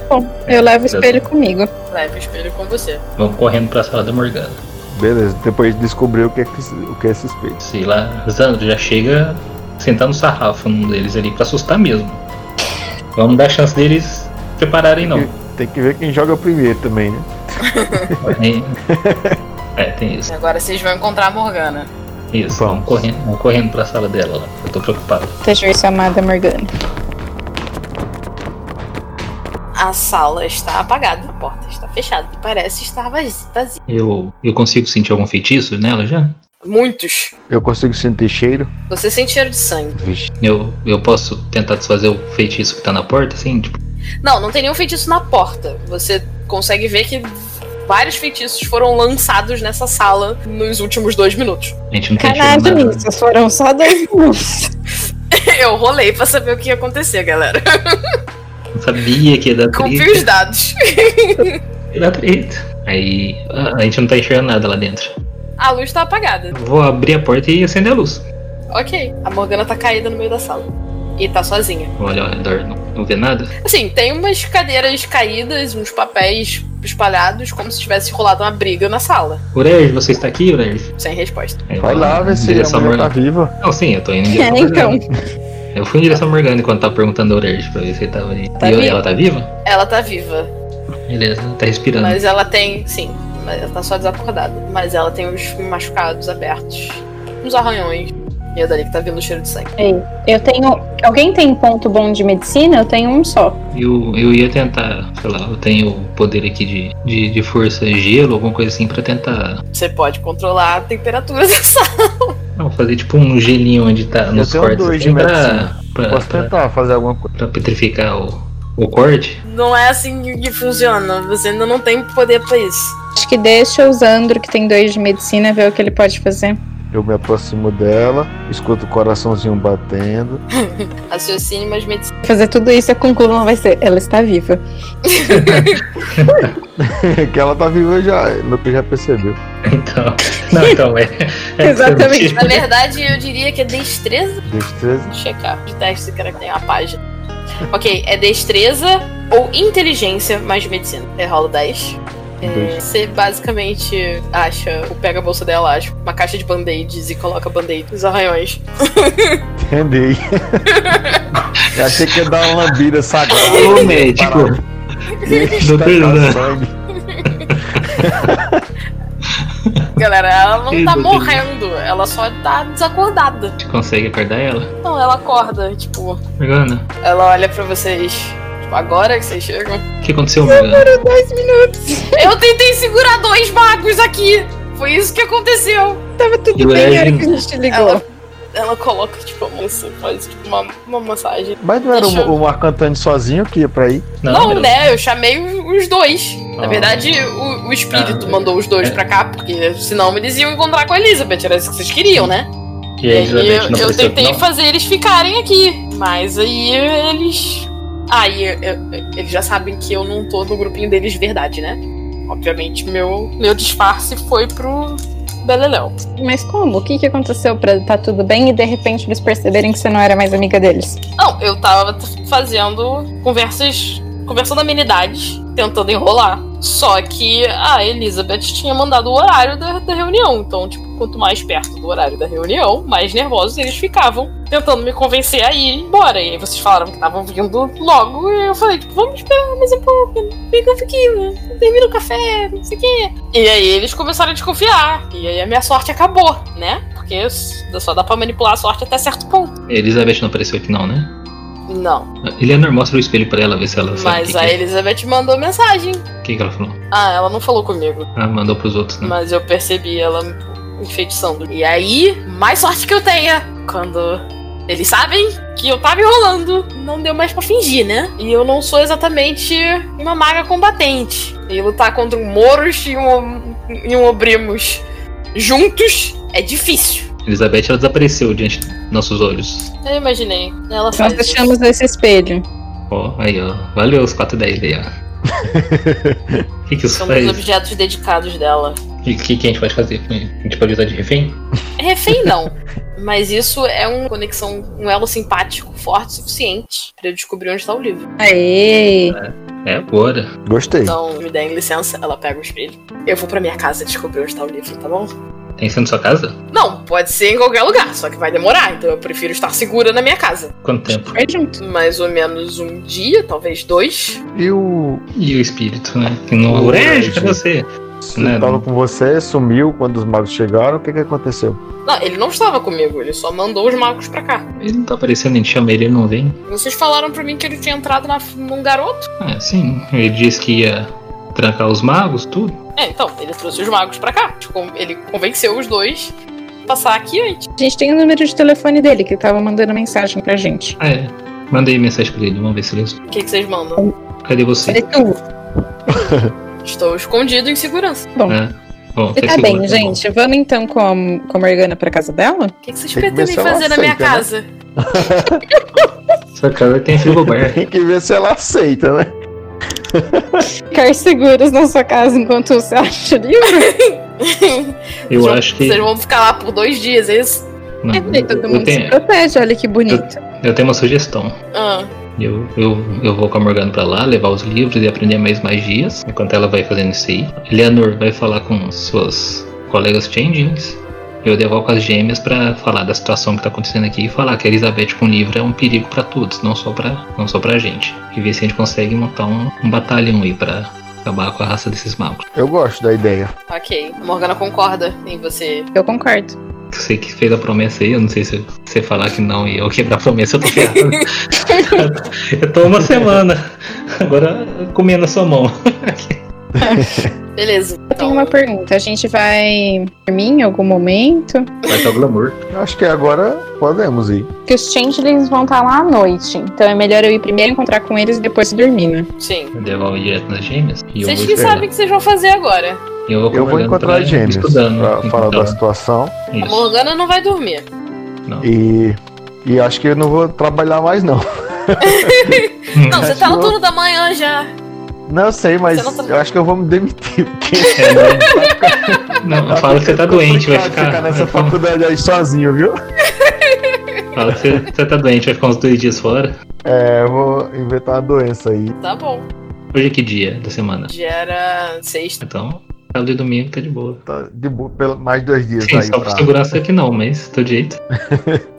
[SPEAKER 1] Eu levo o espelho comigo.
[SPEAKER 4] Leve o espelho com você.
[SPEAKER 3] Vamos correndo pra sala da Morgana.
[SPEAKER 2] Beleza, depois descobriu o que é, que, esse- o que é esse espelho.
[SPEAKER 3] Sei lá, Zandro já chega sentando o sarrafo num deles ali pra assustar mesmo. Vamos dar chance deles prepararem não.
[SPEAKER 2] Tem que ver quem joga primeiro também, né?
[SPEAKER 3] É, tem isso.
[SPEAKER 4] Agora vocês vão encontrar a Morgana.
[SPEAKER 3] Isso,
[SPEAKER 2] Vamos.
[SPEAKER 3] vamos correndo, vamos correndo pra sala dela lá. Eu tô preocupado.
[SPEAKER 1] Deixa eu ver se a amada Morgana.
[SPEAKER 4] A sala está apagada, a porta está fechada. E parece estar vaz- vazia.
[SPEAKER 3] Eu, eu consigo sentir algum feitiço nela já?
[SPEAKER 4] Muitos.
[SPEAKER 2] Eu consigo sentir cheiro.
[SPEAKER 4] Você sente cheiro de sangue.
[SPEAKER 2] Vixe.
[SPEAKER 3] Eu, eu posso tentar desfazer o feitiço que tá na porta, assim? Tipo,
[SPEAKER 4] Não, não tem nenhum feitiço na porta. Você consegue ver que vários feitiços foram lançados nessa sala nos últimos dois minutos.
[SPEAKER 3] a gente não tem cheiro
[SPEAKER 1] Caralho,
[SPEAKER 3] nada.
[SPEAKER 1] Nilson, foram só dois minutos.
[SPEAKER 4] Eu rolei pra saber o que ia acontecer, galera.
[SPEAKER 3] Não sabia que ia dar
[SPEAKER 4] Confio os
[SPEAKER 3] treta.
[SPEAKER 4] dados.
[SPEAKER 3] Ia dar treta. Aí a, a gente não tá enxergando nada lá dentro.
[SPEAKER 4] A luz tá apagada.
[SPEAKER 3] Vou abrir a porta e acender a luz.
[SPEAKER 4] Ok. A Morgana tá caída no meio da sala. E tá sozinha.
[SPEAKER 3] Vou olhar ao redor, não, não vê nada.
[SPEAKER 4] Assim, tem umas cadeiras caídas, uns papéis espalhados, como se tivesse rolado uma briga na sala.
[SPEAKER 3] Urege, você está aqui, Urege?
[SPEAKER 4] Sem resposta.
[SPEAKER 3] Aí eu
[SPEAKER 2] Vai
[SPEAKER 3] vou
[SPEAKER 2] lá ver se a
[SPEAKER 3] direção à
[SPEAKER 2] mulher tá
[SPEAKER 3] Morgana.
[SPEAKER 2] viva.
[SPEAKER 3] Não, sim, eu tô indo em
[SPEAKER 1] É,
[SPEAKER 3] direção à
[SPEAKER 1] então.
[SPEAKER 3] Morgana. Eu fui em direção à Morgana enquanto tava perguntando a Urege pra ver se ele tava ali.
[SPEAKER 1] Tá
[SPEAKER 3] e eu-
[SPEAKER 1] viva?
[SPEAKER 3] ela tá viva?
[SPEAKER 4] Ela tá viva,
[SPEAKER 3] Beleza, tá respirando.
[SPEAKER 4] mas ela tem. Sim, mas ela tá só desacordada. Mas ela tem uns machucados abertos, uns arranhões. E é dali que tá vindo o cheiro de sangue.
[SPEAKER 1] Eu tenho. Alguém tem ponto bom de medicina? Eu tenho um só.
[SPEAKER 3] Eu, eu ia tentar, sei lá, eu tenho poder aqui de, de, de força gelo, alguma coisa assim, pra tentar.
[SPEAKER 4] Você pode controlar a temperatura da sala.
[SPEAKER 3] Não, fazer tipo um gelinho onde tá nos
[SPEAKER 2] tenho
[SPEAKER 3] cortes.
[SPEAKER 2] dois
[SPEAKER 3] assim,
[SPEAKER 2] de
[SPEAKER 3] pra,
[SPEAKER 2] medicina.
[SPEAKER 3] pra,
[SPEAKER 2] Posso
[SPEAKER 3] pra,
[SPEAKER 2] tentar fazer alguma coisa.
[SPEAKER 3] pra petrificar o, o corte.
[SPEAKER 4] Não é assim que funciona. Você ainda não tem poder pra isso.
[SPEAKER 1] Acho que deixa o Zandro, que tem dois de medicina, ver o que ele pode fazer.
[SPEAKER 2] Eu me aproximo dela, escuto o coraçãozinho batendo.
[SPEAKER 4] Raciocínio, mas medicina.
[SPEAKER 1] Fazer tudo isso, a conclusão vai ser: ela está viva.
[SPEAKER 2] que ela tá viva já, Lucas já percebeu. Um,
[SPEAKER 3] Então. Não, então é. é
[SPEAKER 1] Exatamente.
[SPEAKER 4] Na verdade, eu diria que é destreza.
[SPEAKER 2] Destreza.
[SPEAKER 4] Deixa eu checar de teste cara que tem uma página. Ok, é destreza ou inteligência mais medicina. É rola 10. É,
[SPEAKER 2] um, Dois.
[SPEAKER 4] você basicamente acha, ou pega a bolsa dela, acha uma caixa de band-aids e coloca band-aid nos arranhões.
[SPEAKER 2] Entendi. Eu achei que ia dar uma lambida sagrada. tá
[SPEAKER 3] Ô, médico. Doutor
[SPEAKER 2] Destacar
[SPEAKER 3] Zan.
[SPEAKER 2] sangue.
[SPEAKER 4] Galera, ela não
[SPEAKER 3] Ei,
[SPEAKER 4] tá
[SPEAKER 3] doutor.
[SPEAKER 4] morrendo, ela só tá desacordada.
[SPEAKER 3] A gente consegue acordar ela?
[SPEAKER 4] Então ela acorda, tipo,
[SPEAKER 3] Morgana?
[SPEAKER 4] ela olha pra vocês. Tipo, agora que vocês chegam.
[SPEAKER 3] O que aconteceu, Morgana?
[SPEAKER 4] Eu tentei segurar dois magos aqui! Foi isso que aconteceu!
[SPEAKER 1] Tava
[SPEAKER 3] E
[SPEAKER 1] tudo
[SPEAKER 3] o
[SPEAKER 1] bem na hora
[SPEAKER 3] Ed-
[SPEAKER 1] que a gente ligou.
[SPEAKER 4] Ela, ela coloca, tipo, a mão assim, faz tipo, uma, uma massagem.
[SPEAKER 2] Mas não era
[SPEAKER 4] Deixa eu-
[SPEAKER 2] o, o Marco Antônio sozinho que ia pra aí?
[SPEAKER 4] Não,
[SPEAKER 3] eu-
[SPEAKER 4] né? Eu chamei os dois. Na
[SPEAKER 3] Ah.
[SPEAKER 4] verdade, o, o espírito
[SPEAKER 3] Ah,
[SPEAKER 4] mandou os dois
[SPEAKER 3] é.
[SPEAKER 4] pra cá, porque senão eles iam encontrar com a Elizabeth. Era isso que vocês queriam, né?
[SPEAKER 3] E aí, Elizabeth,
[SPEAKER 4] eu,
[SPEAKER 3] não
[SPEAKER 4] eu
[SPEAKER 3] percebeu,
[SPEAKER 4] tentei
[SPEAKER 3] não?
[SPEAKER 4] fazer eles ficarem aqui. Mas aí eles. Aí eu- eu- eles já sabem que eu não tô no grupinho deles de verdade, né? Obviamente, meu, meu disfarce foi pro Beleléu.
[SPEAKER 1] Mas como? O que, que aconteceu pra tá tudo bem e de repente eles perceberem que você não era mais amiga deles?
[SPEAKER 4] Não, eu tava t- fazendo conversas. conversando amenidades, tentando enrolar. Só que a Elizabeth tinha mandado o horário da, da reunião. Então, tipo, quanto mais perto do horário da reunião, mais nervosos eles ficavam, tentando me convencer a ir embora. E aí vocês falaram que estavam vindo logo. E eu falei, tipo, vamos esperar mais um pouco. Fica um pouquinho, termina o café, não sei o quê. E aí eles começaram a desconfiar. E aí a minha sorte acabou, né? Porque s- só dá pra manipular a sorte até certo ponto.
[SPEAKER 3] Elizabeth não apareceu aqui não, né?
[SPEAKER 4] Não.
[SPEAKER 3] Eliana mostra o espelho pra ela, ver se ela sabe o
[SPEAKER 4] Mas
[SPEAKER 3] que,
[SPEAKER 4] a
[SPEAKER 3] que, é.
[SPEAKER 4] Elizabeth mandou mensagem.
[SPEAKER 3] O que, que ela falou.
[SPEAKER 4] Ah, ela não falou comigo.
[SPEAKER 3] Ah, mandou pros outros, né?
[SPEAKER 4] Mas eu percebi ela enfeitiçando. E aí, mais sorte que eu tenha, quando eles sabem que eu tava enrolando, não deu mais pra fingir, né? E eu não sou exatamente uma maga combatente. E lutar contra um Moros e um, e um Obrimus juntos é difícil.
[SPEAKER 3] Elizabeth, ela desapareceu diante dos nossos olhos.
[SPEAKER 4] Eu imaginei. Ela
[SPEAKER 1] Se nós
[SPEAKER 4] faz isso.
[SPEAKER 1] deixamos esse espelho.
[SPEAKER 3] Ó, aí, ó. Valeu os 410 aí, ó. O que, que isso
[SPEAKER 4] São os
[SPEAKER 3] faz?
[SPEAKER 4] objetos dedicados dela.
[SPEAKER 3] O que, que a gente pode fazer com ele? A gente pode usar de refém?
[SPEAKER 4] Refém não. Mas isso é uma conexão, um elo simpático forte o suficiente pra eu descobrir onde tá o livro.
[SPEAKER 1] Aê!
[SPEAKER 3] É agora.
[SPEAKER 2] Gostei.
[SPEAKER 4] Então, me deem licença, ela pega o espelho. Eu vou pra minha casa descobrir onde tá o livro, tá bom?
[SPEAKER 3] Tem sendo sua casa?
[SPEAKER 4] Não, pode ser em qualquer lugar, só que vai demorar, então eu prefiro estar segura na minha casa.
[SPEAKER 3] Quanto tempo?
[SPEAKER 1] Vai junto.
[SPEAKER 4] Mais ou menos um dia, talvez dois.
[SPEAKER 2] E o.
[SPEAKER 3] E o espírito, né? Que não.
[SPEAKER 2] O
[SPEAKER 3] Urege,
[SPEAKER 2] Urege.
[SPEAKER 3] cadê você? Né,
[SPEAKER 2] Ele tava com você, sumiu quando os magos chegaram. O que que aconteceu?
[SPEAKER 4] Não, ele não estava comigo, ele só mandou os magos pra cá.
[SPEAKER 3] Ele não tá aparecendo, a gente chama ele, ele não vem.
[SPEAKER 4] Vocês falaram pra mim que ele tinha entrado na, num garoto?
[SPEAKER 3] Ah, sim. Ele disse que ia trancar os magos, tudo.
[SPEAKER 4] É, então, ele trouxe os magos pra cá. Tipo, Ele convenceu os dois a passar aqui antes.
[SPEAKER 1] A gente tem o número de telefone dele, que tava mandando mensagem pra gente.
[SPEAKER 3] Ah, é. Mandei mensagem pra ele, vamos ver se ele responde.
[SPEAKER 4] O que, que vocês mandam?
[SPEAKER 3] Cadê você?
[SPEAKER 1] Cadê tu?
[SPEAKER 4] Estou escondido em segurança.
[SPEAKER 3] É. Bom,
[SPEAKER 1] Você tá
[SPEAKER 3] segura,
[SPEAKER 1] bem,
[SPEAKER 3] bom.
[SPEAKER 1] gente? Vamos então com a, com a Morgana pra casa dela?
[SPEAKER 4] O que, que vocês
[SPEAKER 2] Tem que ver
[SPEAKER 4] pretendem
[SPEAKER 2] se ela
[SPEAKER 4] fazer na minha
[SPEAKER 2] aceita, né?
[SPEAKER 4] casa?
[SPEAKER 3] Sua casa tem frigobar.
[SPEAKER 2] Tem que ver se ela aceita, né?
[SPEAKER 1] Ficar seguros na sua casa enquanto você acha o livro?
[SPEAKER 3] Eu
[SPEAKER 4] Vocês vão-
[SPEAKER 3] acho que.
[SPEAKER 4] Vocês vão ficar lá por dois dias, é isso?
[SPEAKER 3] Não,
[SPEAKER 1] É, porque todo
[SPEAKER 3] eu,
[SPEAKER 1] mundo se
[SPEAKER 3] tenho,
[SPEAKER 1] protege, olha que bonito.
[SPEAKER 3] eu tenho uma sugestão.
[SPEAKER 4] Ah,
[SPEAKER 3] Eu, eu, eu vou com a Morgana pra lá, levar os livros e aprender mais magias. Enquanto ela vai fazendo isso aí, Eleanor vai falar com suas colegas changelings. Eu devolvo as gêmeas pra falar da situação que tá acontecendo aqui e falar que a Elizabeth com o livro é um perigo pra todos, não só pra, não só pra gente. E ver se a gente consegue montar um, um batalhão aí pra acabar com a raça desses magos.
[SPEAKER 2] Eu gosto da ideia.
[SPEAKER 4] ok. A Morgana concorda em você.
[SPEAKER 1] Eu concordo.
[SPEAKER 3] Você que fez a promessa aí, eu não sei se você falar que não e eu quebrar a promessa, eu tô ferrado. eu tô uma semana agora comendo a sua mão.
[SPEAKER 4] Beleza. então,
[SPEAKER 1] Eu tenho uma pergunta. A gente vai dormir em algum momento?
[SPEAKER 3] Vai
[SPEAKER 2] é
[SPEAKER 3] estar o glamour.
[SPEAKER 2] Eu acho que agora podemos ir.
[SPEAKER 1] Porque os changelings vão estar lá à noite. Então é melhor eu ir primeiro encontrar com eles e depois dormir, né?
[SPEAKER 4] Sim.
[SPEAKER 3] Eu devolvo direto nas gêmeas. E eu
[SPEAKER 4] Vocês
[SPEAKER 3] vou
[SPEAKER 4] que
[SPEAKER 3] esperar.
[SPEAKER 4] sabem o que vocês vão fazer agora.
[SPEAKER 3] Eu vou,
[SPEAKER 2] Eu vou
[SPEAKER 3] conversando
[SPEAKER 2] encontrar
[SPEAKER 3] pra-
[SPEAKER 2] as gêmeas
[SPEAKER 3] Estudando.
[SPEAKER 2] pra falar
[SPEAKER 3] Então,
[SPEAKER 2] da situação.
[SPEAKER 4] A
[SPEAKER 3] isso.
[SPEAKER 4] Morgana não vai dormir.
[SPEAKER 3] Não.
[SPEAKER 2] E. E acho que eu não vou trabalhar mais, não.
[SPEAKER 4] Não, você tá no
[SPEAKER 2] Não.
[SPEAKER 4] turno da manhã já.
[SPEAKER 2] Não eu sei, mas
[SPEAKER 4] Você não tá-
[SPEAKER 2] eu acho que eu vou me demitir. Porque É
[SPEAKER 3] É, não. Não, eu falo que você tá doente, vai ficar.
[SPEAKER 2] ficar nessa
[SPEAKER 3] vai ficar-
[SPEAKER 2] faculdade aí sozinho, viu?
[SPEAKER 3] Fala que você, você tá doente, vai ficar uns dois dias fora.
[SPEAKER 2] É, eu vou inventar uma doença aí.
[SPEAKER 4] Tá bom.
[SPEAKER 3] Hoje é que dia da semana?
[SPEAKER 4] Já era sexta.
[SPEAKER 3] Então, sábado e domingo tá de boa.
[SPEAKER 2] Tá de boa, pelo- mais dois dias
[SPEAKER 3] Sim,
[SPEAKER 2] aí.
[SPEAKER 3] só por segurança é que não, mas tô de jeito.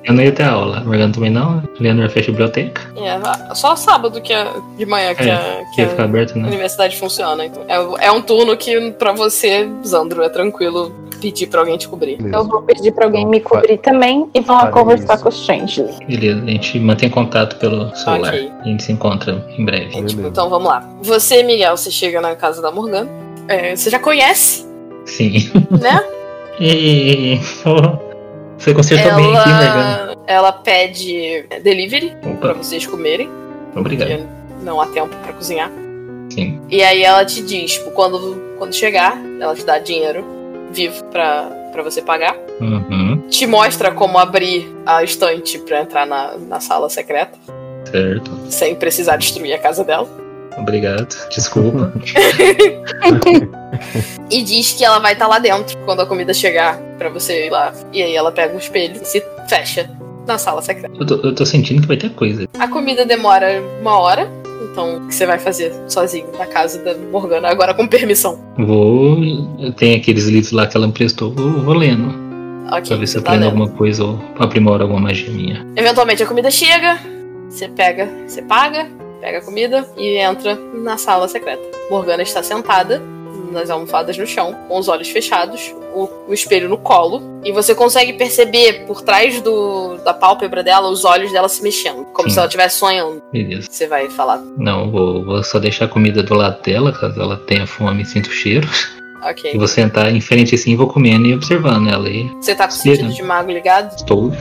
[SPEAKER 3] Eu não ia ter aula. Morgana também não. Leandro fecha a biblioteca.
[SPEAKER 4] É, a- só sábado que é de manhã que,
[SPEAKER 3] É,
[SPEAKER 4] a, que
[SPEAKER 3] Que ia
[SPEAKER 4] a
[SPEAKER 3] ficar aberto, né?
[SPEAKER 4] universidade funciona. Então. É, é um turno que pra você, Zandro, é tranquilo pedir pra alguém te cobrir.
[SPEAKER 2] Beleza.
[SPEAKER 1] Eu vou pedir pra alguém me cobrir também e vão lá
[SPEAKER 2] Farei
[SPEAKER 1] conversar
[SPEAKER 2] isso.
[SPEAKER 1] com os changelings.
[SPEAKER 3] Beleza, a gente mantém contato pelo celular.
[SPEAKER 4] Ok.
[SPEAKER 3] A gente se encontra em breve.
[SPEAKER 4] É, tipo,
[SPEAKER 2] Beleza.
[SPEAKER 4] então vamos lá. Você, Miguel, você chega na casa da Morgana. É, você já conhece,
[SPEAKER 3] Sim.
[SPEAKER 4] né?
[SPEAKER 3] E você consertou bem aqui, Morgana.
[SPEAKER 4] ela, ela pede delivery pra
[SPEAKER 3] Opa,
[SPEAKER 4] vocês comerem,
[SPEAKER 3] obrigado.
[SPEAKER 4] porque não há tempo pra cozinhar.
[SPEAKER 3] Sim.
[SPEAKER 4] E aí ela te diz, tipo, quando, quando chegar, ela te dá dinheiro vivo pra, pra você pagar.
[SPEAKER 3] Uhum,
[SPEAKER 4] Te mostra como abrir a estante pra entrar na, na sala secreta,
[SPEAKER 3] certo.
[SPEAKER 4] sem precisar destruir a casa dela.
[SPEAKER 3] Obrigado. Desculpa.
[SPEAKER 4] e diz que ela vai estar lá dentro quando a comida chegar pra você ir lá. E aí ela pega um espelho e se fecha na sala secreta.
[SPEAKER 3] Eu tô, eu tô sentindo que vai ter coisa.
[SPEAKER 4] A comida demora uma hora, então o que você vai fazer sozinho na casa da Morgana, agora com permissão.
[SPEAKER 3] Vou. Tem aqueles livros lá que ela emprestou, vou, vou lendo.
[SPEAKER 4] Ok,
[SPEAKER 3] Pra ver se
[SPEAKER 4] você
[SPEAKER 3] eu
[SPEAKER 4] tá
[SPEAKER 3] aprendo
[SPEAKER 4] lendo.
[SPEAKER 3] alguma coisa ou aprimoro alguma magia minha.
[SPEAKER 4] Eventualmente a comida chega, você pega, você paga, pega a comida e entra na sala secreta. Morgana está sentada nas almofadas no chão, com os olhos fechados, o, o espelho no colo, e você consegue perceber por trás do, da pálpebra dela os olhos dela se mexendo, como
[SPEAKER 3] Sim.
[SPEAKER 4] se ela estivesse sonhando.
[SPEAKER 3] Beleza.
[SPEAKER 4] Você vai falar,
[SPEAKER 3] Não, vou, vou só deixar a comida do lado dela, caso ela tenha fome e sinta o cheiro. E
[SPEAKER 4] ok.
[SPEAKER 3] vou sentar em frente assim e vou comendo e observando ela. E
[SPEAKER 4] Você tá com o
[SPEAKER 3] Sim. né?
[SPEAKER 4] sentido de mago ligado?
[SPEAKER 3] estou,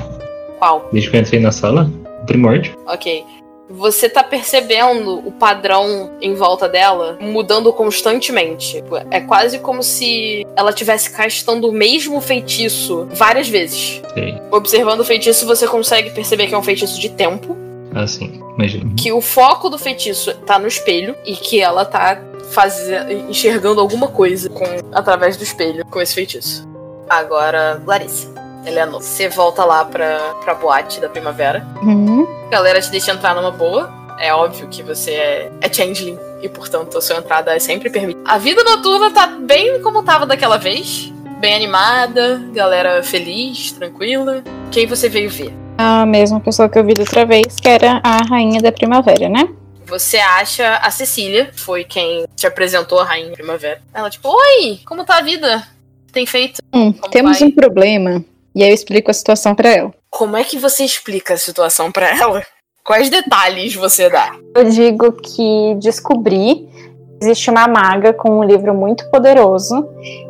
[SPEAKER 4] Qual?
[SPEAKER 3] desde que eu entrei na sala, primórdio.
[SPEAKER 4] Ok. Você tá percebendo o padrão em volta dela mudando constantemente. Tipo, É quase como se ela tivesse castando o mesmo feitiço várias vezes.
[SPEAKER 3] Sei.
[SPEAKER 4] Observando o feitiço, você consegue perceber que é um feitiço de tempo,
[SPEAKER 3] Assim, imagina.
[SPEAKER 4] que o foco do feitiço tá no espelho e que ela tá faze- enxergando alguma coisa com- através do espelho com esse feitiço. Agora, Larissa. Eleanor, você volta lá pra, pra boate da primavera.
[SPEAKER 1] Uhum.
[SPEAKER 4] A galera te deixa entrar numa boa. É óbvio que você é, é changeling e, portanto, a sua entrada é sempre permitida. A vida noturna tá bem como tava daquela vez. Bem animada, galera feliz, tranquila. Quem você veio ver?
[SPEAKER 1] A mesma pessoa que eu vi da outra vez, que era a rainha da primavera, né?
[SPEAKER 4] Você acha a Cecília, foi quem te apresentou a Rainha Primavera. Ela tipo, oi, como tá a vida? O que Tem feito?
[SPEAKER 1] Hum,
[SPEAKER 5] Então
[SPEAKER 4] Como
[SPEAKER 1] temos
[SPEAKER 4] vai?
[SPEAKER 1] um problema. E aí eu explico a situação pra ela.
[SPEAKER 4] Como é que você explica a situação pra ela? Quais detalhes você dá?
[SPEAKER 5] Eu digo que descobri que existe uma maga com um livro muito poderoso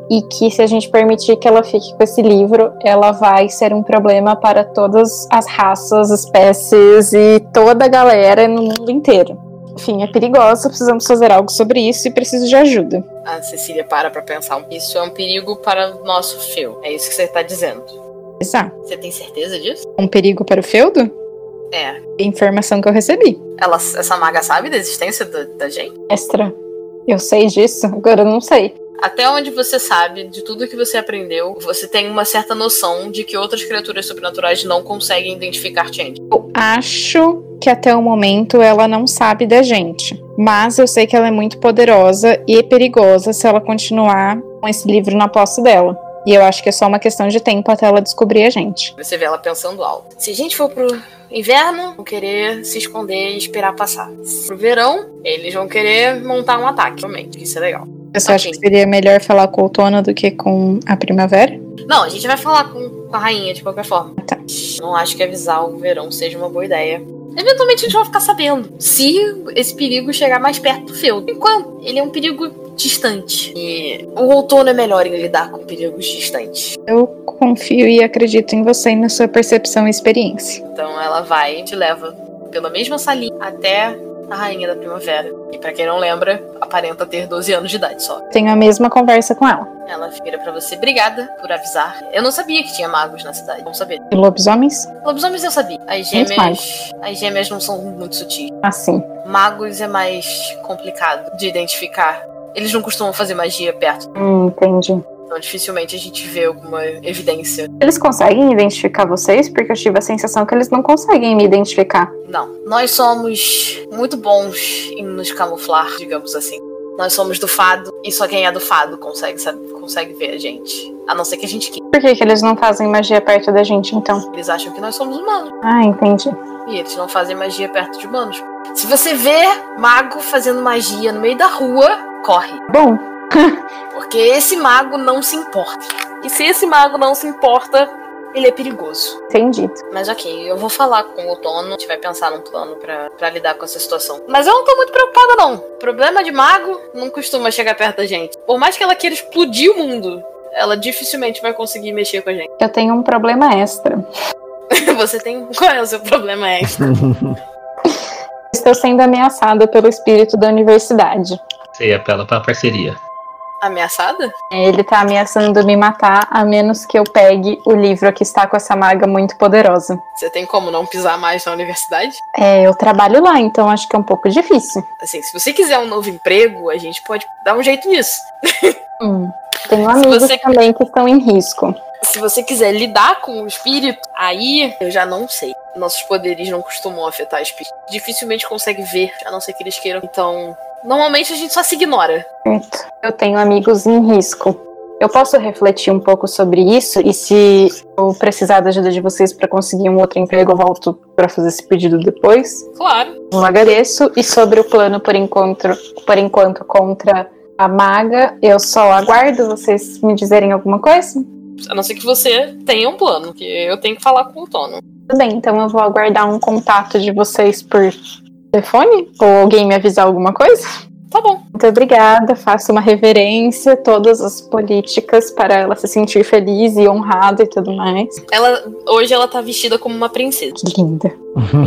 [SPEAKER 5] e que se a gente permitir que ela fique com esse livro, ela vai ser um problema para todas as raças, espécies e toda a galera no mundo inteiro. Enfim, é perigosa, precisamos fazer algo sobre isso e preciso de ajuda.
[SPEAKER 4] A Cecília para pra pensar. Isso é um perigo para o nosso fio. É isso que você tá dizendo.
[SPEAKER 1] Exato.
[SPEAKER 4] Você tem certeza disso?
[SPEAKER 1] Um perigo para o feudo?
[SPEAKER 4] É.
[SPEAKER 1] Informação que eu recebi.
[SPEAKER 4] Ela, essa maga sabe da existência da, da gente?
[SPEAKER 5] Extra. Eu sei disso, agora eu não sei.
[SPEAKER 4] Até onde você sabe, de tudo que você aprendeu, você tem uma certa noção de que outras criaturas sobrenaturais não conseguem identificar Change.
[SPEAKER 1] Eu acho que até o momento ela não sabe da gente. Mas eu sei que ela é muito poderosa e perigosa se ela continuar com esse livro na posse dela. E eu acho que é só uma questão de tempo até ela descobrir a gente.
[SPEAKER 4] Você vê ela pensando alto. Se a gente for pro inverno, vão querer se esconder e esperar passar. Se Pro verão, eles vão querer montar um ataque, realmente, que isso é legal.
[SPEAKER 1] Você acha
[SPEAKER 4] Ok.
[SPEAKER 1] que seria melhor falar com o outono do que com a primavera?
[SPEAKER 4] Não, a gente vai falar com, com a rainha de qualquer forma. Não acho que avisar o verão seja uma boa ideia. Eventualmente a gente vai ficar sabendo se esse perigo chegar mais perto do feudo. Enquanto ele é um perigo distante. E o outono é melhor em lidar com perigos distantes.
[SPEAKER 1] Eu confio e acredito em você e na sua percepção e experiência.
[SPEAKER 4] Então ela vai e te leva pela mesma salinha até a rainha da primavera. E pra quem não lembra, aparenta ter 12 anos de idade só.
[SPEAKER 1] Tenho a mesma conversa com ela.
[SPEAKER 4] Ela vira pra você, obrigada por avisar. Eu não sabia que tinha magos na cidade, não sabia.
[SPEAKER 1] E lobisomens?
[SPEAKER 4] Lobisomens eu sabia. As
[SPEAKER 1] Muito
[SPEAKER 4] gêmeas. As gêmeas não são muito sutis.
[SPEAKER 5] Assim.
[SPEAKER 4] Magos é mais complicado de identificar. Eles não costumam fazer magia perto,
[SPEAKER 5] Hum, entendi.
[SPEAKER 4] então dificilmente a gente vê alguma evidência.
[SPEAKER 5] Eles conseguem identificar vocês? Porque eu tive a sensação que eles não conseguem me identificar.
[SPEAKER 4] Não. Nós somos muito bons em nos camuflar, digamos assim. Nós somos do fado, e só quem é do fado consegue, sabe, consegue ver a gente. A não ser que a gente queira.
[SPEAKER 5] Por que, que eles não fazem magia perto da gente, então?
[SPEAKER 4] Eles acham que nós somos humanos.
[SPEAKER 5] Ah, entendi.
[SPEAKER 4] E eles não fazem magia perto de humanos. Se você vê mago fazendo magia no meio da rua, corre.
[SPEAKER 5] Bom,
[SPEAKER 4] Porque esse mago não se importa. E se esse mago não se importa, ele é perigoso.
[SPEAKER 5] entendi.
[SPEAKER 4] Mas ok, eu vou falar com o outono. A gente vai pensar num plano pra pra lidar com essa situação. Mas eu não tô muito preocupada, não. Problema de mago não costuma chegar perto da gente. Por mais que ela queira explodir o mundo, ela dificilmente vai conseguir mexer com a gente.
[SPEAKER 5] Eu tenho um problema extra.
[SPEAKER 4] Você tem. Qual é o seu problema, é?
[SPEAKER 5] Estou sendo ameaçada pelo espírito da universidade.
[SPEAKER 3] é Você apela pra parceria.
[SPEAKER 4] Ameaçada?
[SPEAKER 1] Ele tá ameaçando me matar a menos que eu pegue o livro que está com essa maga muito poderosa.
[SPEAKER 4] Você tem como não pisar mais na universidade?
[SPEAKER 1] É, eu trabalho lá, então acho que é um pouco difícil.
[SPEAKER 4] Assim, se você quiser um novo emprego, a gente pode dar um jeito nisso.
[SPEAKER 1] Hum. Tenho amigos
[SPEAKER 4] você-
[SPEAKER 1] também que estão em risco.
[SPEAKER 4] Se você quiser lidar com o espírito, aí eu já não sei. Nossos poderes não costumam afetar o espírito. Dificilmente consegue ver, a não ser que eles queiram. Então, normalmente a gente só se ignora.
[SPEAKER 1] Certo. Eu tenho amigos em risco. Eu posso refletir um pouco sobre isso e se eu precisar da ajuda de vocês para conseguir um outro emprego, eu volto para fazer esse pedido depois.
[SPEAKER 4] Claro.
[SPEAKER 1] Eu agradeço. E sobre o plano por encontro, por enquanto contra a maga, eu só aguardo vocês me dizerem alguma coisa.
[SPEAKER 4] A não ser que você tenha um plano, que eu tenho que falar com o Tono.
[SPEAKER 1] Tudo bem, então eu vou aguardar um contato de vocês por telefone ou alguém me avisar alguma coisa.
[SPEAKER 4] Tá bom.
[SPEAKER 1] Muito obrigada, faço uma reverência a todas as políticas para ela se sentir feliz e honrada e tudo mais.
[SPEAKER 4] Ela hoje ela tá vestida como uma princesa.
[SPEAKER 1] Que linda.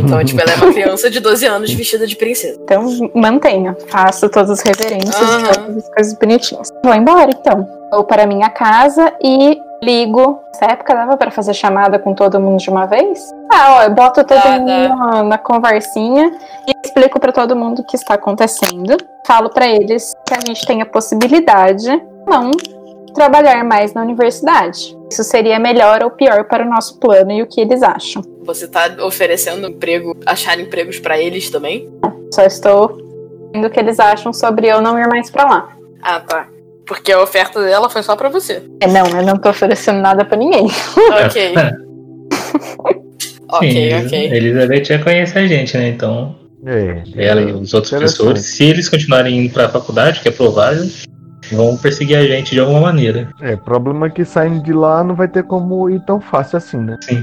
[SPEAKER 4] Então, tipo, ela é uma criança de 12 anos vestida de princesa.
[SPEAKER 1] Então, mantenho, faço todas as reverências,
[SPEAKER 4] Aham.
[SPEAKER 1] todas as coisas bonitinhas. Vou embora então. Vou para minha casa e ligo. Nessa época dava para fazer chamada com todo mundo de uma vez? Ah, ó, eu boto todo
[SPEAKER 4] Dá,
[SPEAKER 1] mundo
[SPEAKER 4] dá.
[SPEAKER 1] na, na conversinha e explico para todo mundo o que está acontecendo. Falo para eles que a gente tem a possibilidade de não trabalhar mais na universidade. Isso seria melhor ou pior para o nosso plano e o que eles acham.
[SPEAKER 4] Você tá oferecendo emprego, achar empregos pra eles também?
[SPEAKER 1] Só estou vendo o que eles acham sobre eu não ir mais para lá.
[SPEAKER 4] Ah, tá. Porque a oferta dela foi só pra você.
[SPEAKER 1] É, não, eu não tô oferecendo nada pra ninguém.
[SPEAKER 4] ok.
[SPEAKER 3] Sim,
[SPEAKER 4] ok,
[SPEAKER 3] eles-
[SPEAKER 4] ok.
[SPEAKER 3] Elizabeth já conhece a gente, né? Então,
[SPEAKER 2] É,
[SPEAKER 3] ela e os outros
[SPEAKER 2] Interessante.
[SPEAKER 3] professores, se eles continuarem indo pra faculdade, que é provável, vão perseguir a gente de alguma maneira.
[SPEAKER 2] É, problema é que saindo de lá não vai ter como ir tão fácil assim, né?
[SPEAKER 3] Sim.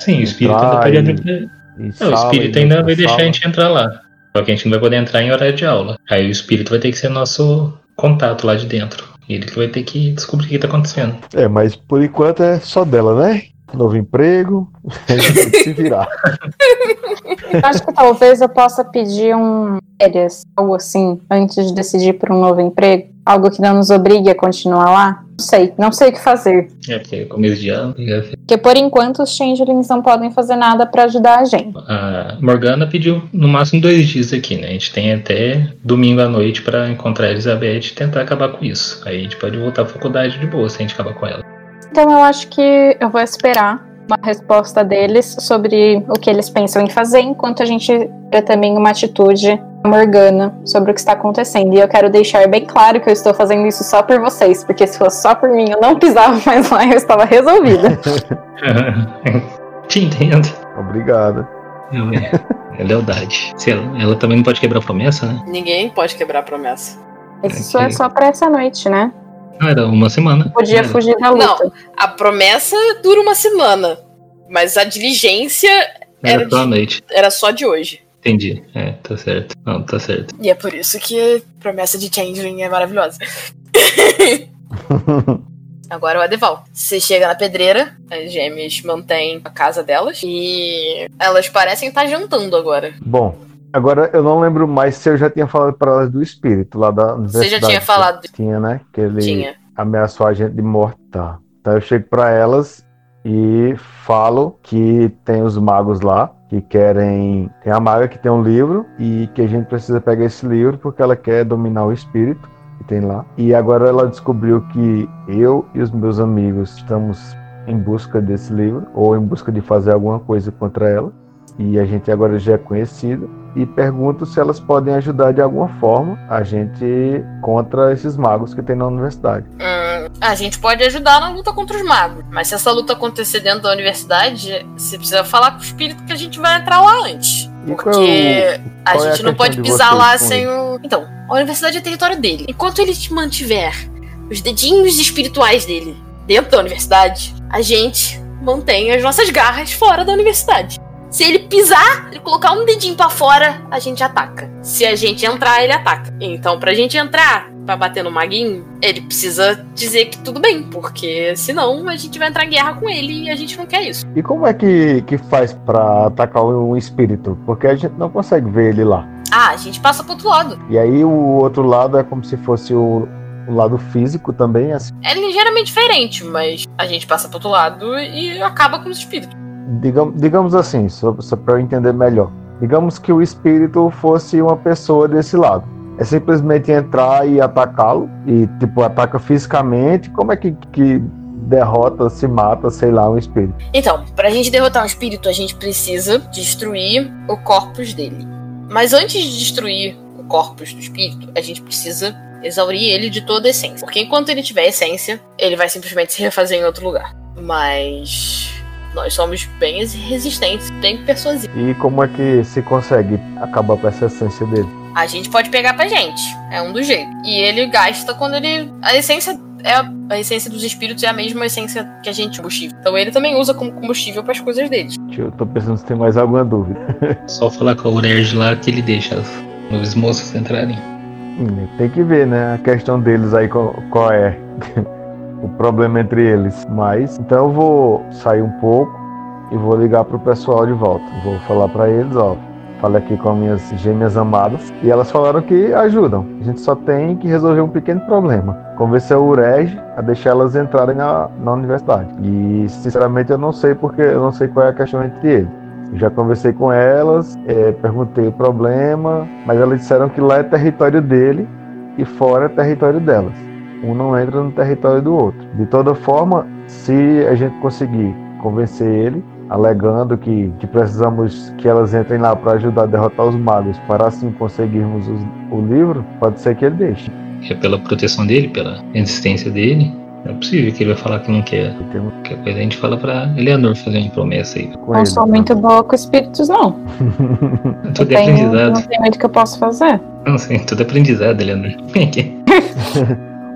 [SPEAKER 3] Sim, o espírito
[SPEAKER 2] Entrar
[SPEAKER 3] ainda
[SPEAKER 2] e-
[SPEAKER 3] pode.
[SPEAKER 2] E
[SPEAKER 3] Não, o
[SPEAKER 2] sala,
[SPEAKER 3] espírito
[SPEAKER 2] e
[SPEAKER 3] ainda
[SPEAKER 2] outra
[SPEAKER 3] vai deixar
[SPEAKER 2] sala.
[SPEAKER 3] a gente entrar lá. Só que a gente não vai poder entrar em horário de aula. Aí o espírito vai ter que ser nosso contato lá de dentro. Ele que vai ter que descobrir o que tá acontecendo.
[SPEAKER 2] É, mas por enquanto é só dela, né? Novo emprego, a gente tem que se virar.
[SPEAKER 1] Eu acho que talvez eu possa pedir um férias, algo assim, antes de decidir por um novo emprego. Algo que não nos obrigue a continuar lá. Não sei, não sei o que fazer.
[SPEAKER 3] É, porque é começo de ano. e a-
[SPEAKER 1] Porque por enquanto os changelings não podem fazer nada pra ajudar a gente.
[SPEAKER 3] A Morgana pediu no máximo dois dias aqui, né? A gente tem até domingo à noite pra encontrar a Elizabeth e tentar acabar com isso. Aí a gente pode voltar à faculdade de boa se a gente acabar com ela.
[SPEAKER 1] Então eu acho que eu vou esperar uma resposta deles sobre o que eles pensam em fazer, enquanto a gente vê também uma atitude morgana sobre o que está acontecendo. E eu quero deixar bem claro que eu estou fazendo isso só por vocês, porque se fosse só por mim eu não pisava mais lá e eu estava resolvida.
[SPEAKER 3] Te entendo.
[SPEAKER 2] Obrigada.
[SPEAKER 3] É, é lealdade. Se ela, ela também não pode quebrar promessa, né?
[SPEAKER 4] Ninguém pode quebrar a promessa.
[SPEAKER 1] Isso é só pra essa noite, né?
[SPEAKER 3] Não, era uma semana.
[SPEAKER 1] Podia
[SPEAKER 3] Era.
[SPEAKER 1] fugir da luta.
[SPEAKER 4] A promessa dura uma semana, mas a diligência
[SPEAKER 3] Era
[SPEAKER 4] era
[SPEAKER 3] só a
[SPEAKER 4] de-
[SPEAKER 3] noite.
[SPEAKER 4] era só de hoje.
[SPEAKER 3] Entendi. É, tá certo. Não, tá certo.
[SPEAKER 4] E é por isso que a promessa de Changeling é maravilhosa. Agora o Adeval. Você chega na pedreira, as gêmeas mantêm a casa delas e elas parecem estar jantando agora.
[SPEAKER 2] Bom, agora eu não lembro mais se eu já tinha falado pra elas do espírito lá da
[SPEAKER 4] Você
[SPEAKER 2] universidade.
[SPEAKER 4] já tinha falado
[SPEAKER 2] Tinha, né? Que ele
[SPEAKER 4] tinha.
[SPEAKER 2] ameaçou a gente de morte, tá? Então eu chego pra elas e falo que tem os magos lá que querem. Tem a maga que tem um livro e que a gente precisa pegar esse livro porque ela quer dominar o espírito que tem lá. E agora ela descobriu que eu e os meus amigos estamos em busca desse livro ou em busca de fazer alguma coisa contra ela. E a gente agora já é conhecido. E pergunto se elas podem ajudar de alguma forma a gente contra esses magos que tem na universidade.
[SPEAKER 4] Hum, a gente pode ajudar na luta contra os magos, mas se essa luta acontecer dentro da universidade, você precisa falar com o espírito que a gente vai entrar lá antes.
[SPEAKER 2] E qual
[SPEAKER 4] Porque
[SPEAKER 2] é o-
[SPEAKER 4] A
[SPEAKER 2] qual é
[SPEAKER 4] gente não
[SPEAKER 2] questão
[SPEAKER 4] pode
[SPEAKER 2] de
[SPEAKER 4] pisar
[SPEAKER 2] vocês
[SPEAKER 4] lá
[SPEAKER 2] com
[SPEAKER 4] sem
[SPEAKER 2] isso?
[SPEAKER 4] o. Então, a universidade é território dele. Enquanto ele te mantiver os dedinhos espirituais dele dentro da universidade, a gente mantém as nossas garras fora da universidade. Se ele pisar, ele colocar um dedinho pra fora, a gente ataca. Se a gente entrar, ele ataca. Então, pra gente entrar, pra bater no maguinho, ele precisa dizer que tudo bem, porque senão a gente vai entrar em guerra com ele e a gente não quer isso.
[SPEAKER 2] E como é que, que faz pra atacar um espírito? Porque a gente não consegue ver ele lá.
[SPEAKER 4] Ah, a gente passa pro outro lado.
[SPEAKER 2] E aí o outro lado é como se fosse o, o lado físico também, assim,
[SPEAKER 4] É ligeiramente diferente, mas a gente passa pro outro lado e acaba com os espíritos.
[SPEAKER 2] digam- digamos assim, só, para eu entender melhor. Digamos que o espírito fosse uma pessoa desse lado. É simplesmente entrar e atacá-lo e tipo ataca fisicamente. Como é que, que derrota, se mata, sei lá, um espírito?
[SPEAKER 4] Então, pra gente derrotar um espírito, a gente precisa destruir o corpus dele. Mas antes de destruir o corpus do espírito, a gente precisa exaurir ele de toda a essência. Porque enquanto ele tiver essência, ele vai simplesmente se refazer em outro lugar. Mas nós somos bem resistentes, bem persuasivos.
[SPEAKER 2] E como é que se consegue acabar com essa essência dele?
[SPEAKER 4] A gente pode pegar pra gente. É um dos jeitos. E ele gasta quando ele. A essência é a, a essência dos espíritos é a mesma essência que a gente combustível. Então ele também usa como combustível para as coisas dele.
[SPEAKER 2] Tio, Eu tô pensando se tem mais alguma dúvida.
[SPEAKER 3] Só falar com a Urerge lá que ele deixa as novas moças entrarem.
[SPEAKER 2] Hum, Tem que ver, né? A questão deles aí qual, qual é o problema entre eles. Mas então eu vou sair um pouco e vou ligar pro pessoal de volta. Vou falar pra eles, ó. Falei aqui com as minhas gêmeas amadas e elas falaram que ajudam. A gente só tem que resolver um pequeno problema. Convencer o UREG a deixar elas entrarem na, na universidade. E sinceramente eu não sei porque eu não sei qual é a questão entre eles. Eu Já conversei com elas, eh, perguntei o problema, mas elas disseram que lá é território dele e fora é território delas. Um não entra no território do outro. De toda forma, se a gente conseguir convencer ele, alegando que, que precisamos que elas entrem lá para ajudar a derrotar os magos, para assim conseguirmos os- o livro, pode ser que ele deixe.
[SPEAKER 3] É pela proteção dele, pela resistência dele. É possível que ele vai falar que não quer.
[SPEAKER 2] E temos
[SPEAKER 3] Qualquer coisa a gente fala pra Eleanor fazer uma promessa aí.
[SPEAKER 2] com
[SPEAKER 1] Não
[SPEAKER 2] ele.
[SPEAKER 1] sou muito boa com espíritos, não.
[SPEAKER 3] Tudo é
[SPEAKER 1] Tem-
[SPEAKER 3] aprendizado.
[SPEAKER 1] não tem muito que eu posso fazer.
[SPEAKER 3] Não sei, tudo é aprendizado, Eleanor. É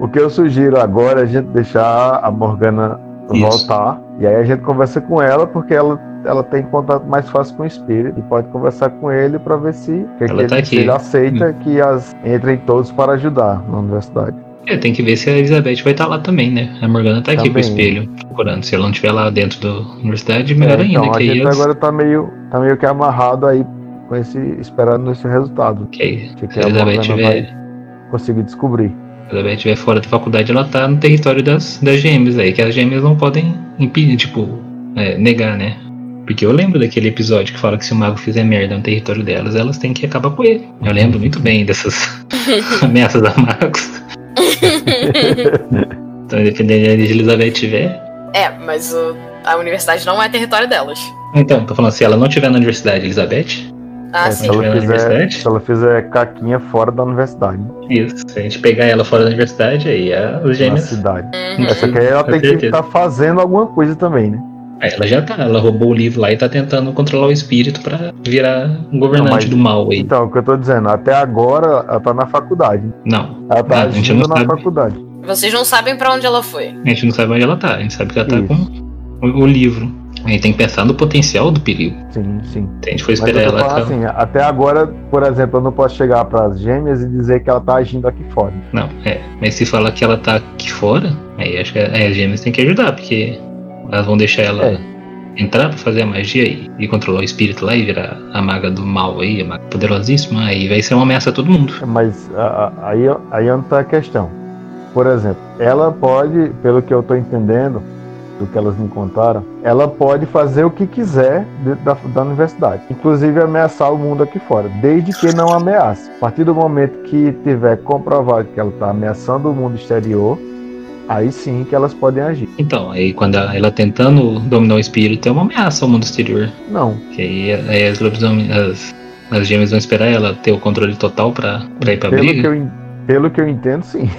[SPEAKER 2] O que eu sugiro agora é a gente deixar a Morgana
[SPEAKER 3] Isso.
[SPEAKER 2] voltar. E aí a gente conversa com ela, porque ela, ela tem contato mais fácil com o espírito. E pode conversar com ele para ver se, que
[SPEAKER 3] Ela
[SPEAKER 2] ele,
[SPEAKER 3] tá aqui.
[SPEAKER 2] se ele aceita que as entrem todos para ajudar na universidade.
[SPEAKER 3] É, tem que ver se a Elizabeth vai estar lá também, né? A Morgana tá aqui com o
[SPEAKER 2] Também.
[SPEAKER 3] espelho, procurando. Se ela não estiver lá dentro da universidade, melhor
[SPEAKER 2] É,
[SPEAKER 3] ainda,
[SPEAKER 2] então a
[SPEAKER 3] que aí
[SPEAKER 2] gente
[SPEAKER 3] elas-
[SPEAKER 2] agora tá meio, tá meio que amarrado aí com esse. esperando esse resultado.
[SPEAKER 3] que aí,
[SPEAKER 2] Que que
[SPEAKER 3] se a
[SPEAKER 2] a
[SPEAKER 3] Elizabeth
[SPEAKER 2] Morgana
[SPEAKER 3] tiver,
[SPEAKER 2] vai conseguir descobrir.
[SPEAKER 3] se a Elizabeth tiver fora da faculdade, ela tá no território das, das gêmeas aí, que as gêmeas não podem impedir, tipo, é, negar, né? Porque eu lembro daquele episódio que fala que se o mago fizer merda no território delas, elas têm que acabar com ele. Eu lembro muito bem dessas ameaças a magos. então, dependendo de onde a Elizabeth tiver,
[SPEAKER 4] É, mas uh, a universidade não é território delas.
[SPEAKER 3] Então, tô falando, se ela não tiver na universidade, Elizabeth,
[SPEAKER 4] Ah,
[SPEAKER 2] É,
[SPEAKER 4] sim.
[SPEAKER 2] se, ela
[SPEAKER 3] Tiver na
[SPEAKER 2] fizer,
[SPEAKER 3] universidade?
[SPEAKER 2] se ela fizer caquinha fora da universidade,
[SPEAKER 3] isso. Se a gente pegar ela fora da universidade, aí as
[SPEAKER 2] na
[SPEAKER 3] gêmeas.
[SPEAKER 2] cidade.
[SPEAKER 4] Uhum.
[SPEAKER 2] Essa aqui ela
[SPEAKER 3] Com
[SPEAKER 2] tem que tá
[SPEAKER 3] certeza.
[SPEAKER 2] estar fazendo alguma coisa também, né?
[SPEAKER 3] Aí ela já tá, ela roubou o livro lá e tá tentando controlar o espírito pra virar um governante
[SPEAKER 2] Não, mas-
[SPEAKER 3] do mal aí.
[SPEAKER 2] Então, o que eu tô dizendo, até agora ela tá na faculdade.
[SPEAKER 3] Não,
[SPEAKER 2] Ela tá
[SPEAKER 3] Ah, a gente
[SPEAKER 2] agindo
[SPEAKER 3] não
[SPEAKER 2] na
[SPEAKER 3] sabe.
[SPEAKER 2] faculdade.
[SPEAKER 4] Vocês não sabem pra onde ela foi.
[SPEAKER 3] a gente não sabe onde ela tá, a gente sabe que ela tá
[SPEAKER 2] Isso.
[SPEAKER 3] com o, o livro. A gente tem que pensar no potencial do perigo.
[SPEAKER 2] Sim, sim.
[SPEAKER 3] A gente foi
[SPEAKER 2] Mas eu
[SPEAKER 3] esperar
[SPEAKER 2] tô
[SPEAKER 3] ela.
[SPEAKER 2] falando
[SPEAKER 3] Tá...
[SPEAKER 2] assim, até agora, por exemplo, eu não posso chegar pras gêmeas e dizer que ela tá agindo aqui fora.
[SPEAKER 3] Não, é. Mas se falar que ela tá aqui fora, aí acho que aí as gêmeas têm que ajudar, porque elas vão deixar ela.
[SPEAKER 2] É.
[SPEAKER 3] entrar pra fazer a magia e, e controlar o espírito lá e virar a maga do mal aí, a maga poderosíssima, aí vai ser uma ameaça a todo mundo.
[SPEAKER 2] Mas a- a- aí, aí onde tá a questão. Por exemplo, ela pode, pelo que eu tô entendendo, do que elas me contaram, ela pode fazer o que quiser dentro da, da universidade. Inclusive ameaçar o mundo aqui fora, desde que não ameace. A partir do momento que tiver comprovado que ela está ameaçando o mundo exterior, aí sim que elas podem agir.
[SPEAKER 3] Então, aí quando ela, ela tentando dominar o espírito, é uma ameaça ao mundo exterior.
[SPEAKER 2] Não.
[SPEAKER 3] Que aí, aí as, lobisomem- as, as gêmeas vão esperar ela ter o controle total pra, pra ir pra
[SPEAKER 2] Pelo que,
[SPEAKER 3] briga.
[SPEAKER 2] eu, en- pelo que eu entendo, sim.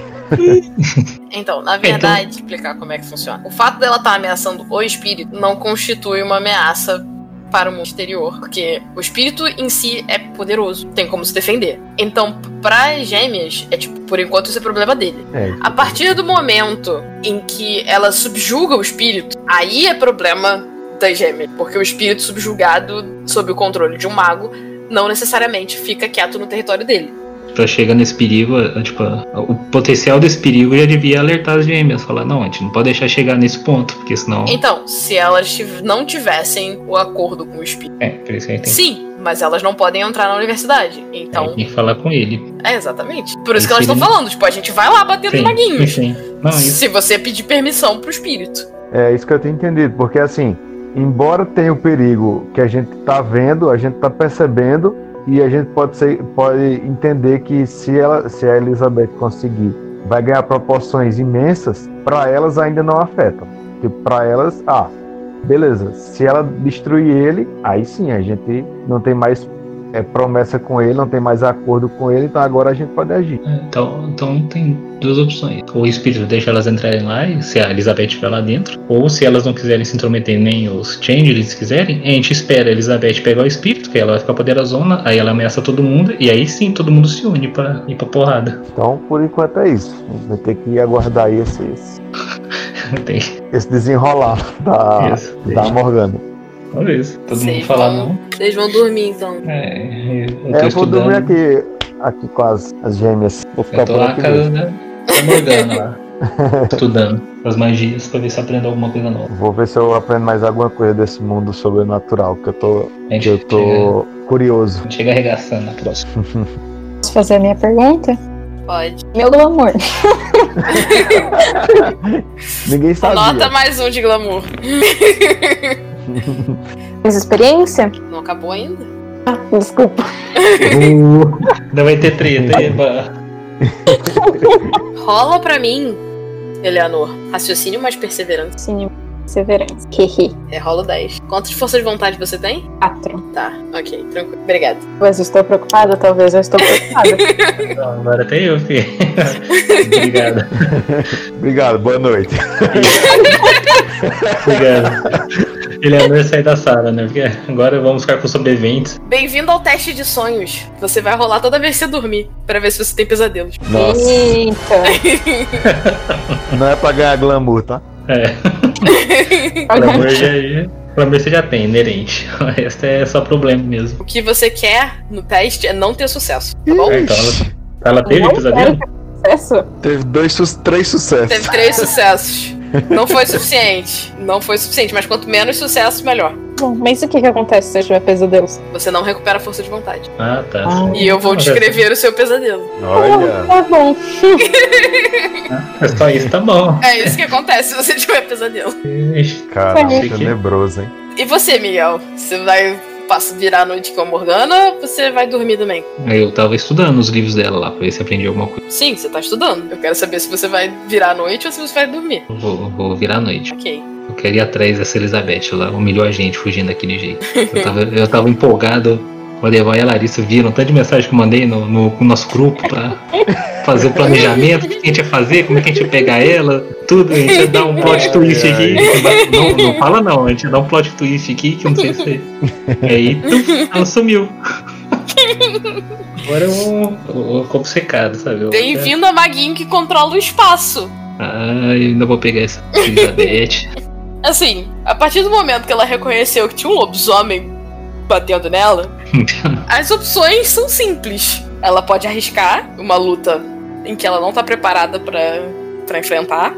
[SPEAKER 4] Então, na
[SPEAKER 3] Então-
[SPEAKER 4] verdade, explicar como é que funciona. O fato dela estar ameaçando o espírito não constitui uma ameaça para o mundo exterior, porque o espírito em si é poderoso, tem como se defender. Então, para gêmeas, é tipo, por enquanto isso é problema dele.
[SPEAKER 2] É.
[SPEAKER 4] A partir do momento em que ela subjuga o espírito, aí é problema das gêmeas, porque o espírito subjugado sob o controle de um mago não necessariamente fica quieto no território dele.
[SPEAKER 3] pra chegar nesse perigo, é, tipo, o potencial desse perigo já devia alertar as gêmeas. Falar, não, a gente não pode deixar chegar nesse ponto, porque senão.
[SPEAKER 4] Então, se elas tiv- não tivessem o acordo com o espírito.
[SPEAKER 3] É, por isso que a gente tem,
[SPEAKER 4] Sim, mas elas não podem entrar na universidade. Então,
[SPEAKER 3] tem que falar com ele.
[SPEAKER 4] é exatamente. Por isso
[SPEAKER 3] Aí
[SPEAKER 4] que elas estão
[SPEAKER 3] seria-
[SPEAKER 4] falando, tipo, a gente vai lá bater nos
[SPEAKER 3] Sim,
[SPEAKER 4] maguinhos.
[SPEAKER 3] sim. Não, isso.
[SPEAKER 4] Se você pedir permissão pro espírito.
[SPEAKER 2] É isso que eu tenho entendido, porque assim, embora tenha o perigo que a gente tá vendo, a gente tá percebendo e a gente pode ser, pode entender que se ela, se a Elizabeth conseguir, vai ganhar proporções imensas, para elas ainda não afetam. Porque para elas, ah, beleza, se ela destruir ele, aí sim a gente não tem mais é, promessa com ele, não tem mais acordo com ele, então agora a gente pode agir.
[SPEAKER 3] Então, então tem duas opções. Ou o espírito deixa elas entrarem lá, e se a Elizabeth estiver lá dentro, ou se elas não quiserem se intrometer nem os changelings quiserem, a gente espera a Elizabeth pegar o espírito, que ela vai ficar poderosona, aí ela ameaça todo mundo, e aí sim todo mundo se une pra ir pra porrada.
[SPEAKER 2] Então, por enquanto é isso. A gente vai ter que aguardar aí esse, esse-
[SPEAKER 3] tem
[SPEAKER 2] esse desenrolar da,
[SPEAKER 3] isso.
[SPEAKER 2] da Tá, Morgana.
[SPEAKER 3] Talvez. Todo
[SPEAKER 4] Sei,
[SPEAKER 3] mundo falar
[SPEAKER 4] então.
[SPEAKER 3] não.
[SPEAKER 4] Eles vão dormir então.
[SPEAKER 3] É, eu tô
[SPEAKER 2] É, eu vou
[SPEAKER 3] estudando.
[SPEAKER 2] dormir aqui, aqui com as, as gêmeas. Vou ficar
[SPEAKER 3] Eu tô
[SPEAKER 2] por
[SPEAKER 3] lá na
[SPEAKER 2] aqui.
[SPEAKER 3] casa
[SPEAKER 2] mesmo.
[SPEAKER 3] da da Morgana lá. estudando as magias pra ver se aprendo alguma coisa nova.
[SPEAKER 2] Vou ver se eu aprendo mais alguma coisa desse mundo sobrenatural, que eu tô,
[SPEAKER 3] A gente
[SPEAKER 2] que eu tô curioso.
[SPEAKER 3] chega, chega arregaçando na próxima.
[SPEAKER 1] Posso fazer a minha pergunta?
[SPEAKER 4] Pode.
[SPEAKER 1] Meu glamour.
[SPEAKER 2] Ninguém
[SPEAKER 4] Anota
[SPEAKER 2] sabia.
[SPEAKER 4] mais um de glamour.
[SPEAKER 1] Mas experiência? Ah,
[SPEAKER 4] Não acabou ainda?
[SPEAKER 1] Desculpa.
[SPEAKER 2] Uh,
[SPEAKER 3] Ainda vai ter treta aí, pra-
[SPEAKER 4] Rola pra mim, Eleanor. Raciocínio mais perseverança.
[SPEAKER 1] Sim, perseverança. Hehe.
[SPEAKER 4] É rolo 10. Quantas forças de vontade você tem?
[SPEAKER 1] Quatro.
[SPEAKER 4] Tá, ok, tranquilo. Obrigada.
[SPEAKER 1] Talvez eu estou preocupada, talvez eu estou preocupada.
[SPEAKER 3] Agora até eu, filho. obrigado,
[SPEAKER 2] obrigado, boa noite.
[SPEAKER 3] obrigado. Ele é melhor sair da sala, né? Porque agora vamos ficar com sobreviventes.
[SPEAKER 4] Bem-vindo ao teste de sonhos. Você vai rolar toda vez que você dormir, pra ver se você tem pesadelos.
[SPEAKER 2] Nossa,
[SPEAKER 1] Eita.
[SPEAKER 2] não é pra ganhar glamour, tá?
[SPEAKER 3] É, pelo amor de Pelo amor você já tem, inerente. O resto é só problema mesmo.
[SPEAKER 4] O que você quer no teste é não ter sucesso, tá bom?
[SPEAKER 3] É, então ela, ela teve
[SPEAKER 1] Não
[SPEAKER 3] pesadelo?
[SPEAKER 1] Sucesso?
[SPEAKER 2] Teve dois, su- três
[SPEAKER 4] Teve
[SPEAKER 2] sucessos.
[SPEAKER 4] três sucessos. Não foi suficiente. Não foi suficiente, mas quanto menos sucesso, melhor.
[SPEAKER 1] Bom, mas o que que acontece se eu tiver pesadelos?
[SPEAKER 4] Você não recupera a força de vontade.
[SPEAKER 3] Ah, tá.
[SPEAKER 4] E eu vou descrever o seu pesadelo.
[SPEAKER 2] Olha,
[SPEAKER 1] Tá bom.
[SPEAKER 3] É só isso, tá bom.
[SPEAKER 4] É isso que acontece se você tiver pesadelo.
[SPEAKER 3] Ixi,
[SPEAKER 2] cara,
[SPEAKER 3] Sim.
[SPEAKER 2] tenebroso, hein?
[SPEAKER 4] E você, Miguel? Você vai passa- virar a noite com a Morgana ou você vai dormir também?
[SPEAKER 3] Eu tava estudando os livros dela lá pra ver se aprendi alguma coisa.
[SPEAKER 4] Sim, você tá estudando. Eu quero saber se você vai virar a noite ou se você vai dormir.
[SPEAKER 3] Eu Vou, vou virar à noite.
[SPEAKER 4] Ok.
[SPEAKER 3] Eu quero ir atrás dessa Elizabeth lá, humilhou a gente fugindo daquele jeito. Eu tava, eu tava empolgado. O Adeval e a Larissa viram tanto de mensagem que eu mandei no, no- no nosso grupo pra fazer o planejamento, o que a gente ia fazer, como é que a gente ia pegar ela, tudo. A gente ia dar um plot twist
[SPEAKER 2] Ai,
[SPEAKER 3] aqui. Não, não fala não, a gente ia dar um plot twist aqui que eu não sei se. Aí tum, ela sumiu. Agora eu, eu, eu fico secado, sabe? Eu-
[SPEAKER 4] Bem-vindo a Maguinho que controla o espaço.
[SPEAKER 3] Ah, eu ainda vou pegar essa Elizabeth.
[SPEAKER 4] Assim, a partir do momento que ela reconheceu que tinha um lobisomem batendo nela, as opções são simples. Ela pode arriscar uma luta em que ela não tá preparada pra pra enfrentar,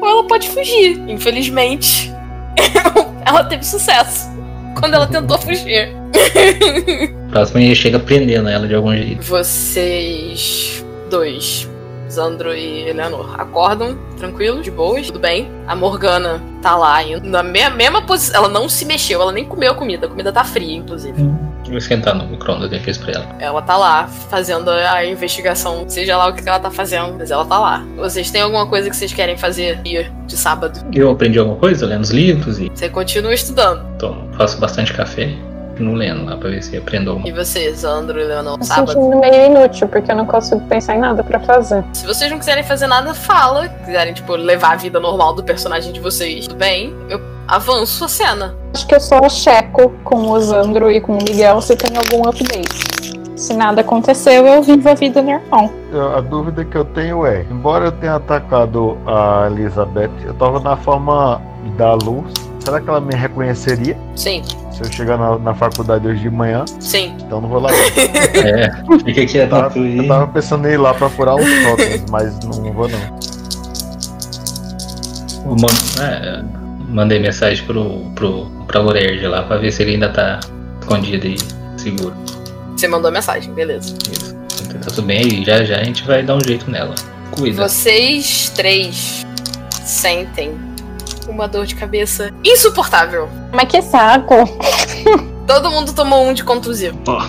[SPEAKER 4] ou ela pode fugir. Infelizmente, ela teve sucesso quando ela tentou fugir.
[SPEAKER 3] Próximo aí chega prendendo ela de algum jeito.
[SPEAKER 4] Vocês dois, Zandro e Eleanor, acordam tranquilos, de boas, tudo bem. A Morgana tá lá ainda, na me- mesma posição. Ela não se mexeu, ela nem comeu a comida. A comida tá fria, inclusive.
[SPEAKER 3] Vou esquentar no micro-ondas que eu fiz pra ela.
[SPEAKER 4] Ela tá lá fazendo a investigação, seja lá o que ela tá fazendo, mas ela tá lá. Vocês têm alguma coisa que vocês querem fazer dia de sábado?
[SPEAKER 3] Eu aprendi alguma coisa lendo os livros e
[SPEAKER 4] Você continua estudando.
[SPEAKER 3] tomo, faço bastante café. Não lendo lá pra ver se aprendo alguma
[SPEAKER 4] E vocês, Zandro e Eleanor,
[SPEAKER 1] Me
[SPEAKER 4] sábado?
[SPEAKER 1] sentindo meio inútil, porque eu não consigo pensar em nada pra fazer.
[SPEAKER 4] Se vocês não quiserem fazer nada, fala. Quiserem, tipo, levar a vida normal do personagem de vocês, tudo bem. Eu avanço a cena.
[SPEAKER 1] Acho que eu só checo com o Zandro e com o Miguel se tem algum update. Se nada aconteceu, eu vivo a vida normal.
[SPEAKER 2] A dúvida que eu tenho é, embora eu tenha atacado a Elizabeth, eu tava na forma da luz, Será que ela me reconheceria
[SPEAKER 4] Sim,
[SPEAKER 2] se eu chegar na, na faculdade hoje de manhã?
[SPEAKER 4] sim.
[SPEAKER 2] Então não vou lá.
[SPEAKER 3] É, fica aqui
[SPEAKER 2] Eu tava,
[SPEAKER 3] atento
[SPEAKER 2] eu
[SPEAKER 3] aí.
[SPEAKER 2] tava pensando em ir lá pra furar uns totens, mas não vou não.
[SPEAKER 3] Eu man- é, mandei mensagem pro, pro, pra Lorerge lá pra ver se ele ainda tá escondido e seguro.
[SPEAKER 4] Você mandou mensagem, beleza.
[SPEAKER 3] Isso. Então tá tudo bem aí, já já a gente vai dar um jeito nela. Cuida.
[SPEAKER 4] Vocês três sentem uma dor de cabeça insuportável.
[SPEAKER 1] Mas que saco.
[SPEAKER 4] Todo mundo tomou um de contusivo.
[SPEAKER 3] Ó,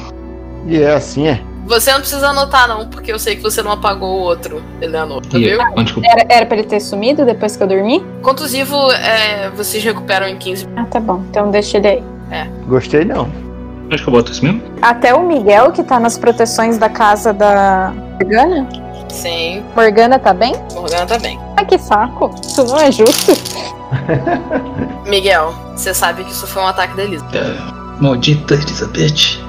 [SPEAKER 2] E é assim, é.
[SPEAKER 4] Você não precisa anotar, não, porque eu sei que você não apagou o outro, Eleanor, tá
[SPEAKER 3] e
[SPEAKER 4] viu?
[SPEAKER 3] onde que eu-
[SPEAKER 1] Era, era pra ele ter sumido depois que eu dormi?
[SPEAKER 4] Contusivo, é, vocês recuperam em 15.
[SPEAKER 1] Ah, tá bom. Então deixa ele aí.
[SPEAKER 2] Gostei não.
[SPEAKER 3] onde que eu boto isso mesmo?
[SPEAKER 1] Até o Miguel, que tá nas proteções da casa da Morgana.
[SPEAKER 4] Sim,
[SPEAKER 1] Morgana tá bem?
[SPEAKER 4] Morgana tá bem.
[SPEAKER 1] Ah, que saco. Isso não é justo.
[SPEAKER 4] Miguel, você sabe que isso foi um ataque da Elisa.
[SPEAKER 3] Ah, Maldita Elizabeth.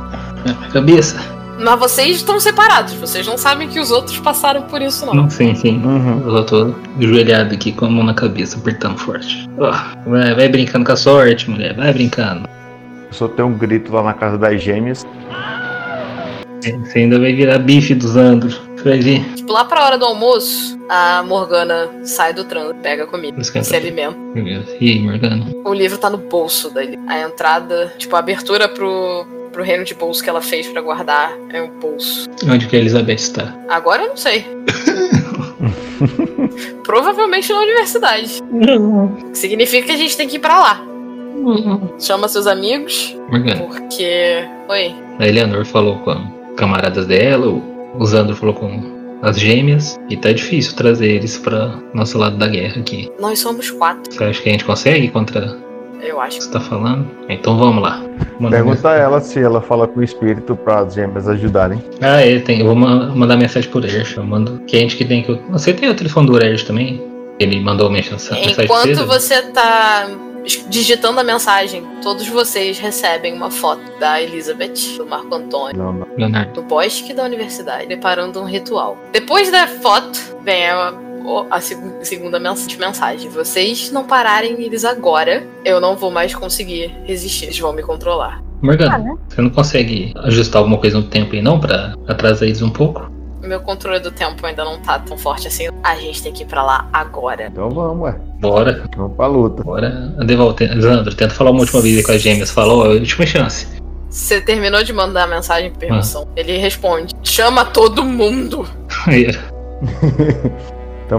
[SPEAKER 3] Na minha cabeça.
[SPEAKER 4] Mas vocês estão separados, vocês não sabem que os outros passaram por isso, não.
[SPEAKER 3] Não, sim, sim.
[SPEAKER 2] Uhum.
[SPEAKER 3] Eu já tô ajoelhado aqui com a mão na cabeça, apertando forte. Ó, vai, vai brincando com a sorte, mulher. Vai brincando.
[SPEAKER 2] Eu só tenho um grito lá na casa das gêmeas.
[SPEAKER 3] Uhum. Você ainda vai virar bife dos Andros. Você vai ver.
[SPEAKER 4] Tipo, lá pra hora do almoço, a Morgana sai do trânsito, pega a comida,
[SPEAKER 3] Não esquenta.
[SPEAKER 4] se alimenta.
[SPEAKER 3] E aí, Morgana?
[SPEAKER 4] O livro tá no bolso da Elisa. A entrada, tipo, a abertura pro, pro reino de bolso que ela fez pra guardar é um bolso.
[SPEAKER 3] Onde que a Elizabeth está?
[SPEAKER 4] Agora eu não sei. Provavelmente na universidade. O que significa que a gente tem que ir pra lá. Chama seus amigos,
[SPEAKER 3] Morgana.
[SPEAKER 4] porque. Oi.
[SPEAKER 3] A Eleanor falou com as camaradas dela, o o Zandro falou com as gêmeas, e tá difícil trazer eles pra nosso lado da guerra aqui.
[SPEAKER 4] Nós somos quatro,
[SPEAKER 3] Você acha que a gente consegue contra o
[SPEAKER 4] eu
[SPEAKER 3] que
[SPEAKER 4] acho.
[SPEAKER 3] você tá falando? Então vamos lá. Manda
[SPEAKER 2] Pergunta a
[SPEAKER 3] mensagem.
[SPEAKER 2] ela se ela fala com o espírito para as gêmeas ajudarem.
[SPEAKER 3] Ah, é, tem. Eu vou ma- mandar mensagem pro Ersh. Eu mando. Que a gente que tem que. Você tem o telefone do Ersh também? Ele mandou uma mensa- mensagem pra
[SPEAKER 4] Enquanto
[SPEAKER 3] você?
[SPEAKER 4] você tá es- digitando a mensagem, todos vocês recebem uma foto da Elizabeth, do Marco Antônio,
[SPEAKER 2] Não, não.
[SPEAKER 3] Leonardo.
[SPEAKER 4] do bosque da universidade, preparando um ritual. Depois da foto, vem a, o- a segu- segunda mens- mensagem. Vocês não pararem eles agora, eu não vou mais conseguir resistir. Eles vão me controlar.
[SPEAKER 3] Morgana,
[SPEAKER 1] Ah, né?
[SPEAKER 3] você não consegue ajustar alguma coisa no tempo aí não pra atrasar eles um pouco?
[SPEAKER 4] Meu controle do tempo ainda não tá tão forte assim. A gente tem que ir pra lá agora.
[SPEAKER 2] Então vamos, ué.
[SPEAKER 3] Bora.
[SPEAKER 2] Vamos pra luta.
[SPEAKER 3] Agora, Deval, Leandro, tenta falar uma última vez aí com as gêmeas. Falou, ó, última chance.
[SPEAKER 4] Você terminou de mandar a mensagem de permissão. Ele responde: chama todo mundo.
[SPEAKER 3] Aí,
[SPEAKER 2] Então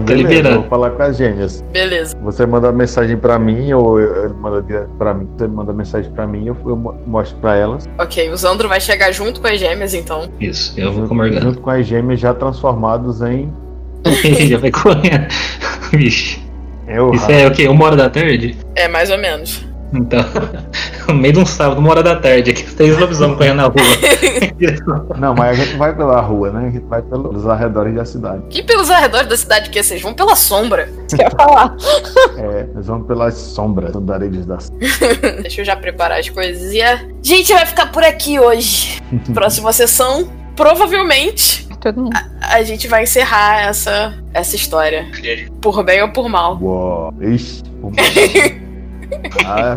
[SPEAKER 3] Tá
[SPEAKER 2] beleza,
[SPEAKER 3] liberado.
[SPEAKER 2] eu vou falar com as gêmeas.
[SPEAKER 4] Beleza.
[SPEAKER 2] Você manda mensagem pra mim ou eu- ele manda direto pra mim. Você manda mensagem pra mim, eu, eu mo- mostro pra elas.
[SPEAKER 4] Ok, o Zandro vai chegar junto com as gêmeas, então.
[SPEAKER 3] Isso, eu vou com a Morgana.
[SPEAKER 2] Junto com as gêmeas já transformados em
[SPEAKER 3] Ele já vai correndo. Vixe.
[SPEAKER 2] eu.
[SPEAKER 3] Isso é o quê? Uma hora da tarde?
[SPEAKER 4] É mais ou menos.
[SPEAKER 3] Então, no meio de um sábado, uma hora da tarde, aqui os três lobisomens correndo na rua.
[SPEAKER 2] Não, mas a gente não vai pela rua, né? A gente vai pelos arredores da cidade.
[SPEAKER 4] Que pelos arredores da cidade que é? vocês vão pela sombra.
[SPEAKER 1] Isso que eu ia falar.
[SPEAKER 2] É, nós vamos pelas sombras, andarilhos da cidade.
[SPEAKER 4] Deixa eu já preparar as coisas. E a gente vai ficar por aqui hoje. Próxima sessão, provavelmente,
[SPEAKER 1] Todo mundo.
[SPEAKER 4] a gente vai encerrar essa, essa história. Por bem ou por mal.
[SPEAKER 2] Uou. Ixi. o- é? Ah,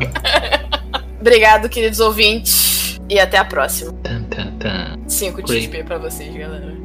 [SPEAKER 4] Obrigado, queridos ouvintes. E até a próxima.
[SPEAKER 3] Tan, tan, tan.
[SPEAKER 4] 5 de
[SPEAKER 3] Great.
[SPEAKER 4] XP pra vocês, galera.